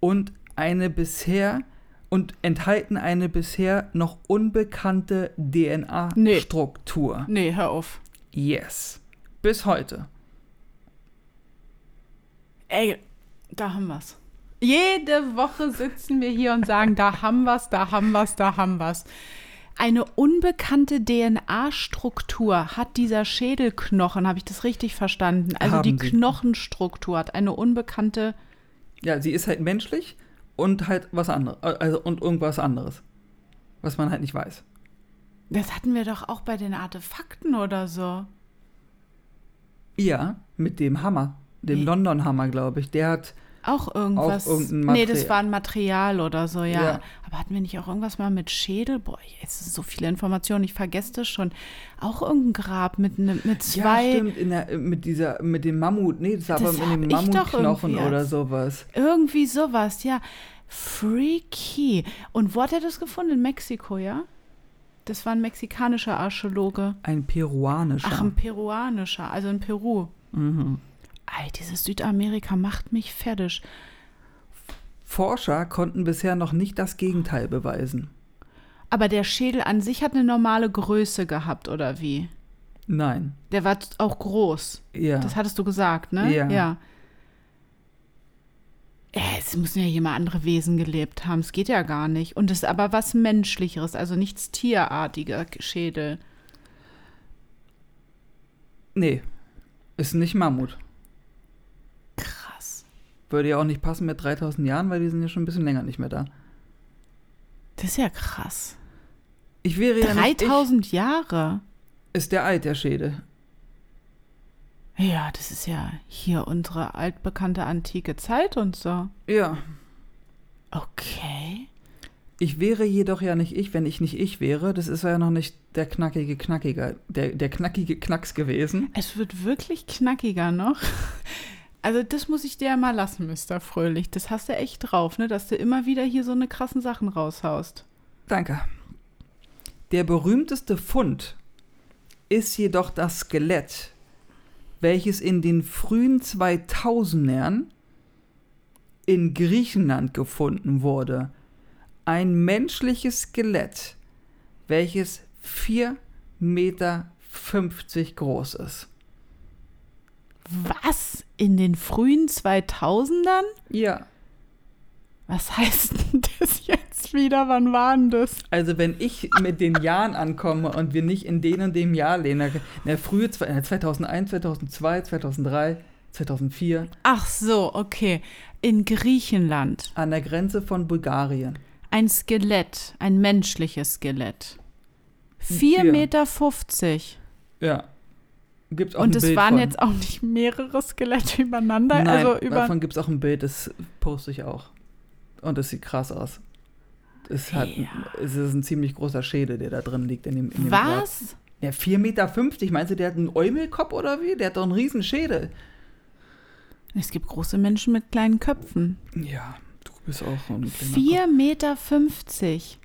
und eine bisher und enthalten eine bisher noch unbekannte
Nee.
DNA-Struktur.
Nee, hör auf.
Yes. Bis heute.
Ey, da haben wir's. Jede Woche sitzen wir hier und sagen, da haben wir's, da haben wir's, da haben wir's. Eine unbekannte DNA-Struktur hat dieser Schädelknochen, habe ich das richtig verstanden? Also
Haben
die
Sie.
Knochenstruktur hat eine unbekannte.
Ja, sie ist halt menschlich und halt was anderes. Also und irgendwas anderes. Was man halt nicht weiß.
Das hatten wir doch auch bei den Artefakten oder so.
Ja, mit dem Hammer. Dem
Nee.
London-Hammer, glaube ich. Der hat
Auch irgendwas.
irgendein
nee, das
Material.
war ein Material oder so, ja.
Ja.
Aber hatten wir nicht auch irgendwas mal mit Schädel? Boah, jetzt ist so viele Informationen, ich vergesse das schon. Auch irgendein Grab mit, ne, mit zwei.
Ja, stimmt, in der, mit, dieser, mit dem Mammut. Nee, das war
Das
aber
hab
in dem
ich doch
Mammutknochen
irgendwie
oder
als-
sowas.
Irgendwie sowas, ja. Freaky. Und wo hat er das gefunden? In Mexiko, ja? Das war ein mexikanischer Archäologe.
Ein peruanischer.
Ach, ein peruanischer, also in Peru.
mhm.
Ey, dieses Südamerika macht mich fertig.
Forscher konnten bisher noch nicht das Gegenteil beweisen.
Aber der Schädel an sich hat eine normale Größe gehabt, oder wie?
Nein.
Der war z- auch groß.
Ja.
Das hattest du gesagt, ne?
Ja.
ja. Äh, Es müssen ja hier mal andere Wesen gelebt haben. Es geht ja gar nicht. Und es ist aber was Menschlicheres, also nichts tierartiger Schädel.
nee, ist nicht Mammut.
Krass.
Würde ja auch nicht passen mit 3000 Jahren, weil die sind ja schon ein bisschen länger nicht mehr da.
Das ist ja krass.
Ich wäre ja nicht ich.
3000 Jahre.
Ist der alt, der Schädel.
Ja, das ist ja hier unsere altbekannte antike Zeit und so.
Ja.
Okay.
Ich wäre jedoch ja nicht ich, wenn ich nicht ich wäre. Das ist ja noch nicht der knackige Knackiger, der, der knackige Knacks gewesen.
Es wird wirklich knackiger noch. Also das muss ich dir ja mal lassen, Mr. Fröhlich. Das hast du echt drauf, ne? Dass du immer wieder hier so eine krassen Sachen raushaust.
Danke. Der berühmteste Fund ist jedoch das Skelett, welches in den frühen 2000ern in Griechenland gefunden wurde. Ein menschliches Skelett, welches 4,50 Meter groß ist.
Was? In den frühen 2000ern?
Ja.
Was heißt denn das jetzt wieder? Wann war denn das?
Also wenn ich mit den Jahren ankomme und wir nicht in den und dem Jahr leben, na, na frühe äh, zwei- na, 2001, 2002, 2003, 2004
Ach so, okay. In Griechenland.
an der Grenze von Bulgarien.
Ein Skelett, ein menschliches Skelett. 4,50
Ja.
Meter. 50.
Ja. Gibt's auch
Und
ein
es
Bild
waren
von.
jetzt auch nicht mehrere Skelette übereinander.
Nein,
also über.
davon gibt es auch ein Bild, das poste ich auch. Und es sieht krass aus. Es, hat,
Ja.
es ist ein ziemlich großer Schädel, der da drin liegt in dem, in dem Grab.
Was?
Ja, 4,50 Meter. Meinst du, der hat einen Eumelkopf oder wie? Der hat doch einen riesen Schädel.
Es gibt große Menschen mit kleinen Köpfen.
Ja, du bist auch so ein
4,50
kleiner
Meter. 50.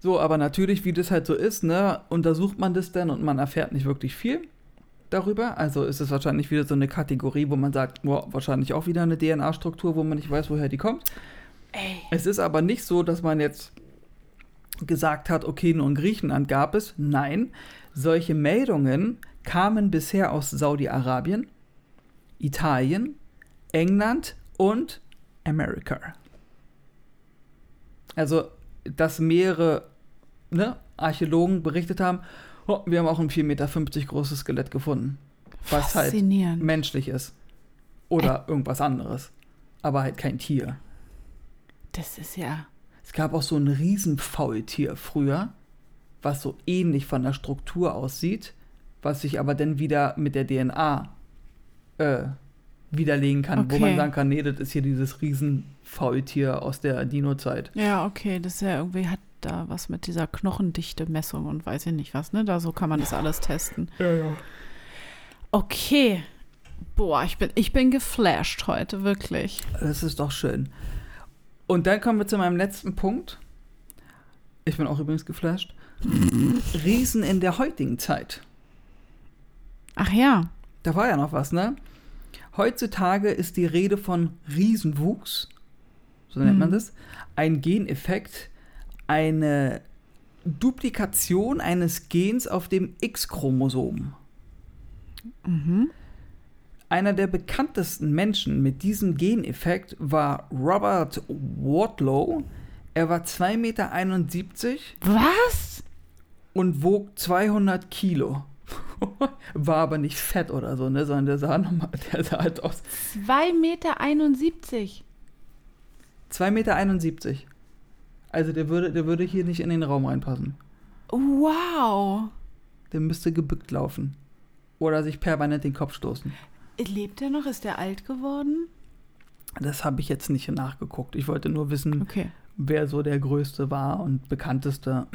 So, aber natürlich, wie das halt so ist, ne, untersucht man das dann und man erfährt nicht wirklich viel. darüber. Also ist es wahrscheinlich wieder so eine Kategorie, wo man sagt, boah, wahrscheinlich auch wieder eine DNA-Struktur, wo man nicht weiß, woher die kommt.
Ey.
Es ist aber nicht so, dass man jetzt gesagt hat, okay, nur in Griechenland gab es. Nein, solche Meldungen kamen bisher aus Saudi-Arabien, Italien, England und Amerika. Also, dass mehrere ne, Archäologen berichtet haben, oh, wir haben auch ein 4,50 Meter großes Skelett gefunden, was halt
Faszinierend.
menschlich ist. Oder irgendwas anderes. Aber halt kein Tier.
Das ist ja.
Es gab auch so ein Riesenfaultier früher, was so ähnlich von der Struktur aussieht, was sich aber dann wieder mit der DNA äh, widerlegen kann, wo
Okay.
man sagen kann, nee, das ist hier dieses Riesenfaultier aus der Dino-Zeit.
Ja, okay, das ist ja irgendwie hat da was mit dieser Knochendichte-Messung und weiß ich nicht was, ne? Da so kann man das alles testen.
Ja, ja.
Okay. Boah, ich bin, ich bin geflasht heute, wirklich.
Das ist doch schön. Und dann kommen wir zu meinem letzten Punkt. Ich bin auch übrigens geflasht. Riesen in der heutigen Zeit.
Ach ja.
Da war ja noch was, ne? Heutzutage ist die Rede von Riesenwuchs, so nennt man das, ein Geneffekt, eine Duplikation eines Gens auf dem X-Chromosom.
Mhm.
Einer der bekanntesten Menschen mit diesem Geneffekt war Robert Wardlow. Er war 2,71 Meter
Was?
und wog 200 Kilo. war aber nicht fett oder so, ne? sondern der sah, nochmal, der sah halt aus
2,71 Meter.
2,71 Meter. Also der würde, der würde hier nicht in den Raum reinpassen.
Wow.
Der müsste gebückt laufen. Oder sich permanent den Kopf stoßen.
Lebt er noch? Ist er alt geworden?
Das habe ich jetzt nicht nachgeguckt. Ich wollte nur wissen,
Okay.
wer so der Größte war und bekannteste.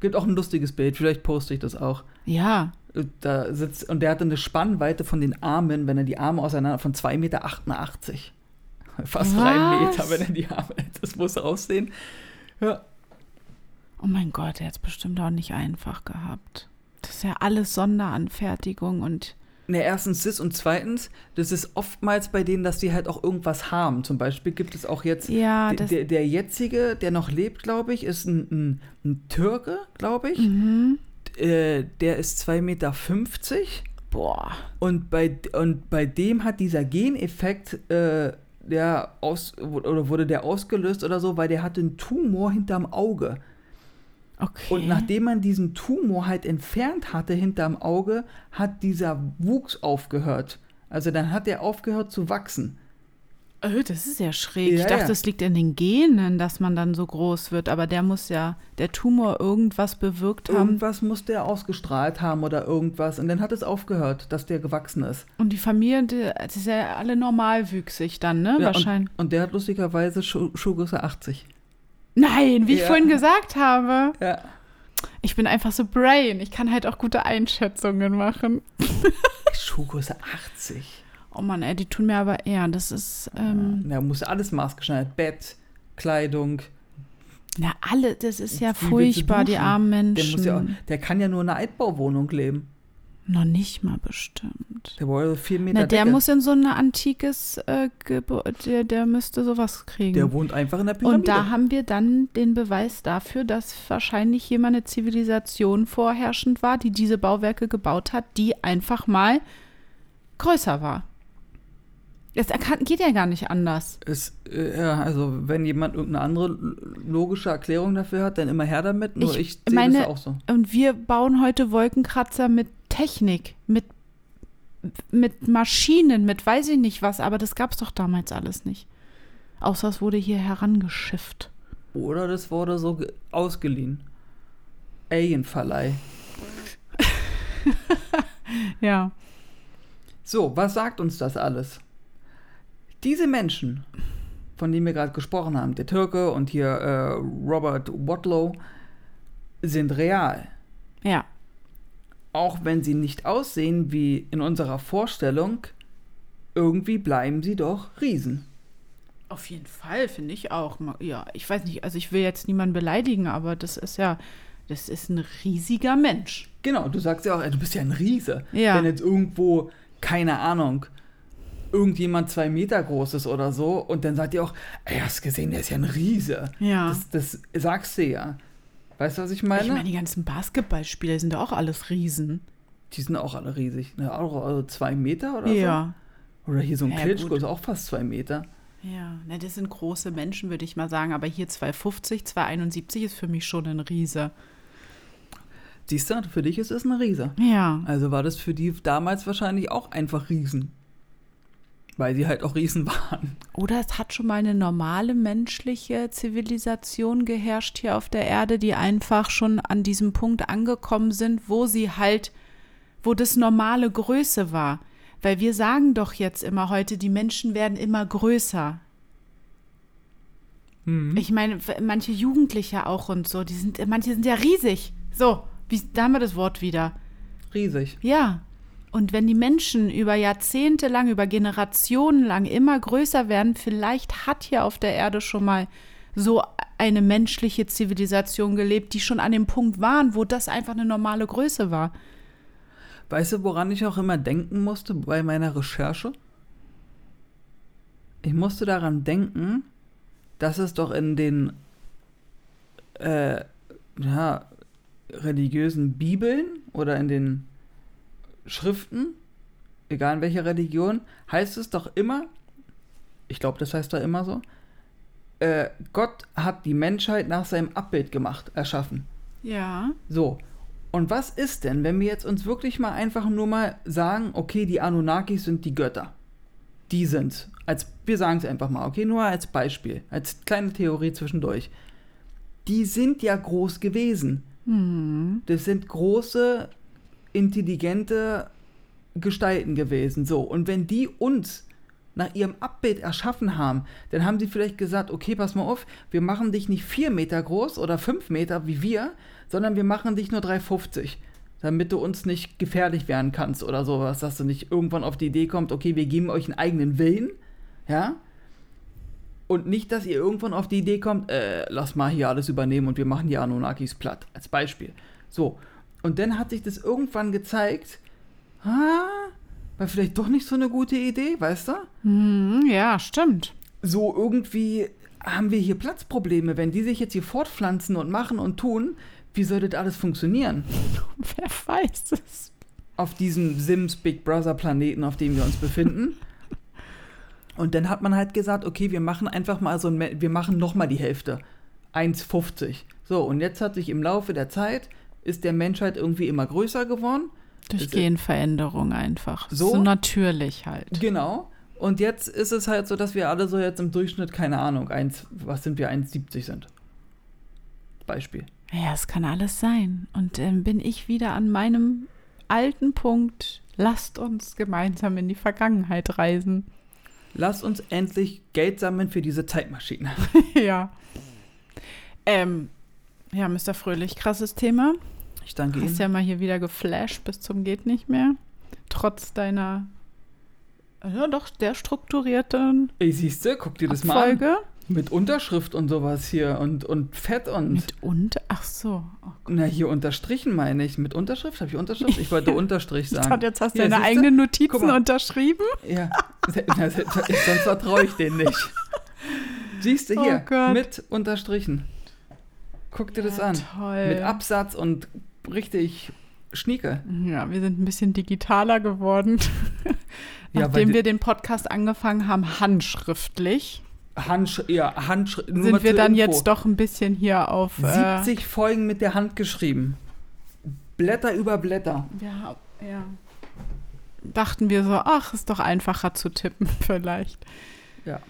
Gibt auch ein lustiges Bild, vielleicht poste ich das auch.
Ja.
Da sitzt, und der hatte eine Spannweite von den Armen, wenn er die Arme auseinander, von 2,88 Meter. Fast drei
Was?
Meter, wenn er die Arme, das muss aussehen. Ja,
Oh mein Gott, er hat es bestimmt auch nicht einfach gehabt. Das ist ja alles Sonderanfertigung und.
Ne, erstens das und zweitens, das ist oftmals bei denen, dass die halt auch irgendwas haben. Zum Beispiel gibt es auch jetzt,
Ja,
der,
das.
der, der jetzige, der noch lebt, glaube ich, ist ein, ein, ein Türke, glaube ich.
Mhm.
Äh, der ist 2,50 Meter
Boah.
und bei, und bei dem hat dieser Geneffekt, äh, der aus, oder wurde der ausgelöst oder so, weil der hatte einen Tumor hinterm Auge.
Okay.
Und nachdem man diesen Tumor halt entfernt hatte hinterm Auge, hat dieser Wuchs aufgehört. Also dann hat er aufgehört zu wachsen.
Öh, das ist ja schräg. ich
Ja,
dachte,
ja.
das liegt in den Genen, dass man dann so groß wird. Aber der muss ja, der Tumor irgendwas bewirkt haben.
Irgendwas musste er ausgestrahlt haben oder irgendwas. Und dann hat es aufgehört, dass der gewachsen ist.
Und die Familie, die, das ist ja alle normalwüchsig dann, ne?
Ja,
Wahrscheinlich.
Und, und der hat lustigerweise Schu Schuhgröße 80.
Nein, wie ich
Ja.
vorhin gesagt habe.
Ja.
Ich bin einfach so brain. Ich kann halt auch gute Einschätzungen machen.
Schuhgröße 80.
Oh Mann, ey, die tun mir aber eher. Das ist, ähm,
Da musste alles maßgeschneidert. Bett, Kleidung.
na, alle, das ist ja
Wie willst du
furchtbar, die
duschen?
armen
Der,
Menschen.
muss ja auch, der kann ja nur in einer Altbauwohnung leben.
Noch nicht mal bestimmt.
Der war ja so 4 Meter
Na, der
Decke.
muss in so ein antikes äh, Gebäude, der, der müsste sowas kriegen.
der wohnt einfach in der Pyramide.
Und da haben wir dann den Beweis dafür, dass wahrscheinlich hier mal eine Zivilisation vorherrschend war, die diese Bauwerke gebaut hat, die einfach mal größer war. Es erkan- geht ja gar nicht anders.
Es, äh, ja, also wenn jemand irgendeine andere l- logische Erklärung dafür hat, dann immer her damit. Nur
Ich
ich, sehe
meine-
das auch so.
Und wir bauen heute Wolkenkratzer mit Technik, mit, mit Maschinen, mit weiß ich nicht was, aber das gab es doch damals alles nicht. Außer es wurde hier herangeschifft.
Oder das wurde so ge- ausgeliehen. Alienverleih.
Ja.
So, was sagt uns das alles? Diese Menschen, von denen wir gerade gesprochen haben, der Türke und hier äh, Robert Watlow, sind real.
Ja.
Auch wenn sie nicht aussehen wie in unserer Vorstellung, irgendwie bleiben sie doch Riesen.
Auf jeden Fall, finde ich auch. Ma- Ja, ich weiß nicht, also ich will jetzt niemanden beleidigen, aber das ist ja, Das ist ein riesiger Mensch.
Genau, du sagst ja auch, ey, du bist ja ein Riese.
Ja.
Wenn jetzt irgendwo, keine Ahnung, irgendjemand zwei Meter groß ist oder so und dann sagt ihr auch, ey, hast gesehen, der ist ja ein Riese.
Ja.
Das, das sagst du ja. Weißt du, was ich meine?
Ich meine, die ganzen Basketballspieler sind da auch alles Riesen.
Die sind auch alle riesig. Ne? Auch also zwei Meter oder
Ja.
so. Oder hier so ein
Ja,
Klitschko
gut.
ist auch fast zwei Meter.
Ja, na, das sind große Menschen, würde ich mal sagen. Aber hier 250, 271 ist für mich schon ein Riese.
Siehst du, für dich ist es ein Riese.
Ja.
Also war das für die damals wahrscheinlich auch einfach Riesen. Weil die halt auch Riesen waren.
Oder es hat schon mal eine normale menschliche Zivilisation geherrscht hier auf der Erde, die einfach schon an diesem Punkt angekommen sind, wo sie halt, wo das normale Größe war. Weil wir sagen doch jetzt immer heute, die Menschen werden immer größer. Ich meine, f- manche Jugendliche auch und so, die sind, manche sind ja riesig. So, wie, da haben wir das Wort wieder.
Riesig.
Ja. Und wenn die Menschen über Jahrzehnte lang, über Generationen lang immer größer werden, vielleicht hat hier auf der Erde schon mal so eine menschliche Zivilisation gelebt, die schon an dem Punkt waren, wo das einfach eine normale Größe war.
Weißt du, woran ich auch immer denken musste bei meiner Recherche? Ich musste daran denken, dass es doch in den äh, ja, religiösen Bibeln oder in den Schriften, egal in welcher Religion, heißt es doch immer, ich glaube, das heißt doch immer so, äh, Gott hat die Menschheit nach seinem Abbild gemacht, erschaffen.
Ja.
So. Und was ist denn, wenn wir jetzt uns wirklich mal einfach nur mal sagen, okay, die Anunnakis sind die Götter. Die sind's. Als, wir sagen es einfach mal, okay, nur als Beispiel, als kleine Theorie zwischendurch. Die sind ja groß gewesen. Das sind große, intelligente Gestalten gewesen. So, und wenn die uns nach ihrem Abbild erschaffen haben, dann haben sie vielleicht gesagt, okay, pass mal auf, wir machen dich nicht 4 Meter groß oder 5 Meter wie wir, sondern wir machen dich nur 3,50, damit du uns nicht gefährlich werden kannst oder sowas, dass du nicht irgendwann auf die Idee kommst, okay, wir geben euch einen eigenen Willen, ja, und nicht, dass ihr irgendwann auf die Idee kommt, äh, lass mal hier alles übernehmen und wir machen die Anunnakis platt, als Beispiel. So, und dann hat sich das irgendwann gezeigt, ah, war vielleicht doch nicht so eine gute Idee, weißt du?
Hm, ja, stimmt.
So irgendwie haben wir hier Platzprobleme. Wenn die sich jetzt hier fortpflanzen und machen und tun, wie soll das alles funktionieren?
Wer weiß es?
Auf diesem Sims Big Brother Planeten, auf dem wir uns befinden. Und dann hat man halt gesagt, okay, wir machen einfach mal so ein, Me- wir machen noch mal die Hälfte. 1,50. So, und jetzt hat sich im Laufe der Zeit, ist der Menschheit irgendwie immer größer geworden.
Durch
Das-
Genveränderung einfach.
So?
so natürlich halt.
Genau. Und jetzt ist es halt so, dass wir alle so jetzt im Durchschnitt, keine Ahnung, eins, was sind wir, 1,70 sind. Beispiel.
Ja, es kann alles sein. Und ähm, bin ich wieder an meinem alten Punkt. Lasst uns gemeinsam in die Vergangenheit reisen.
Lass uns endlich Geld sammeln für diese Zeitmaschine.
ja. Ähm, ja, Mr. Fröhlich, krasses Thema.
Ich danke
Du
Ihnen.
hast ja mal hier wieder geflasht bis zum geht nicht mehr. Trotz deiner, äh, ja doch, sehr strukturierten
Ey, siehste, guck dir das mal an.
Folge.
Mit Unterschrift und sowas hier und, und Fett und.
Mit und, ach so. Oh Gott.
na, hier unterstrichen meine ich. Mit Unterschrift? Habe ich Unterschrift? Ich wollte Unterstrich
Ich
sagen.
dachte, jetzt hast du
Ja,
deine
siehste?
eigenen
Guck
Notizen
mal.
unterschrieben.
Ja, Se- na, se- sonst vertraue ich den nicht. Siehst du
Oh
hier,
Gott.
mit unterstrichen. Guck dir das
Ja,
an.
Toll.
Mit Absatz und richtig Schnieke.
Ja, wir sind ein bisschen digitaler geworden.
Ja, weil
Nachdem
die-
wir den Podcast angefangen haben, handschriftlich,
Handsch ja, Handsch nur mal
sind wir
zur
dann
Info.
jetzt doch ein bisschen hier auf. äh,
70 Folgen mit der Hand geschrieben. Blätter über Blätter.
ja, ja. Dachten wir so, ach, ist doch einfacher zu tippen, vielleicht.
Ja.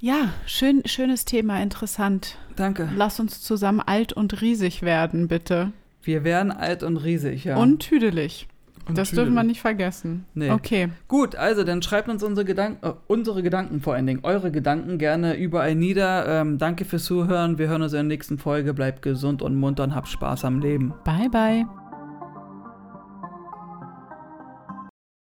Ja, schön, schönes Thema, interessant.
Danke.
Lass uns zusammen alt und riesig werden, bitte.
Wir werden alt und riesig, ja.
Und tüdelig. das dürfen wir
tüdelig.
nicht vergessen.
Nee.
Okay.
Gut, also dann schreibt uns unsere Gedanken, äh, unsere Gedanken vor allen Dingen, eure Gedanken gerne überall nieder. Ähm, danke fürs Zuhören. Wir hören uns in der nächsten Folge. Bleibt gesund und munter und habt Spaß am Leben.
Bye, bye.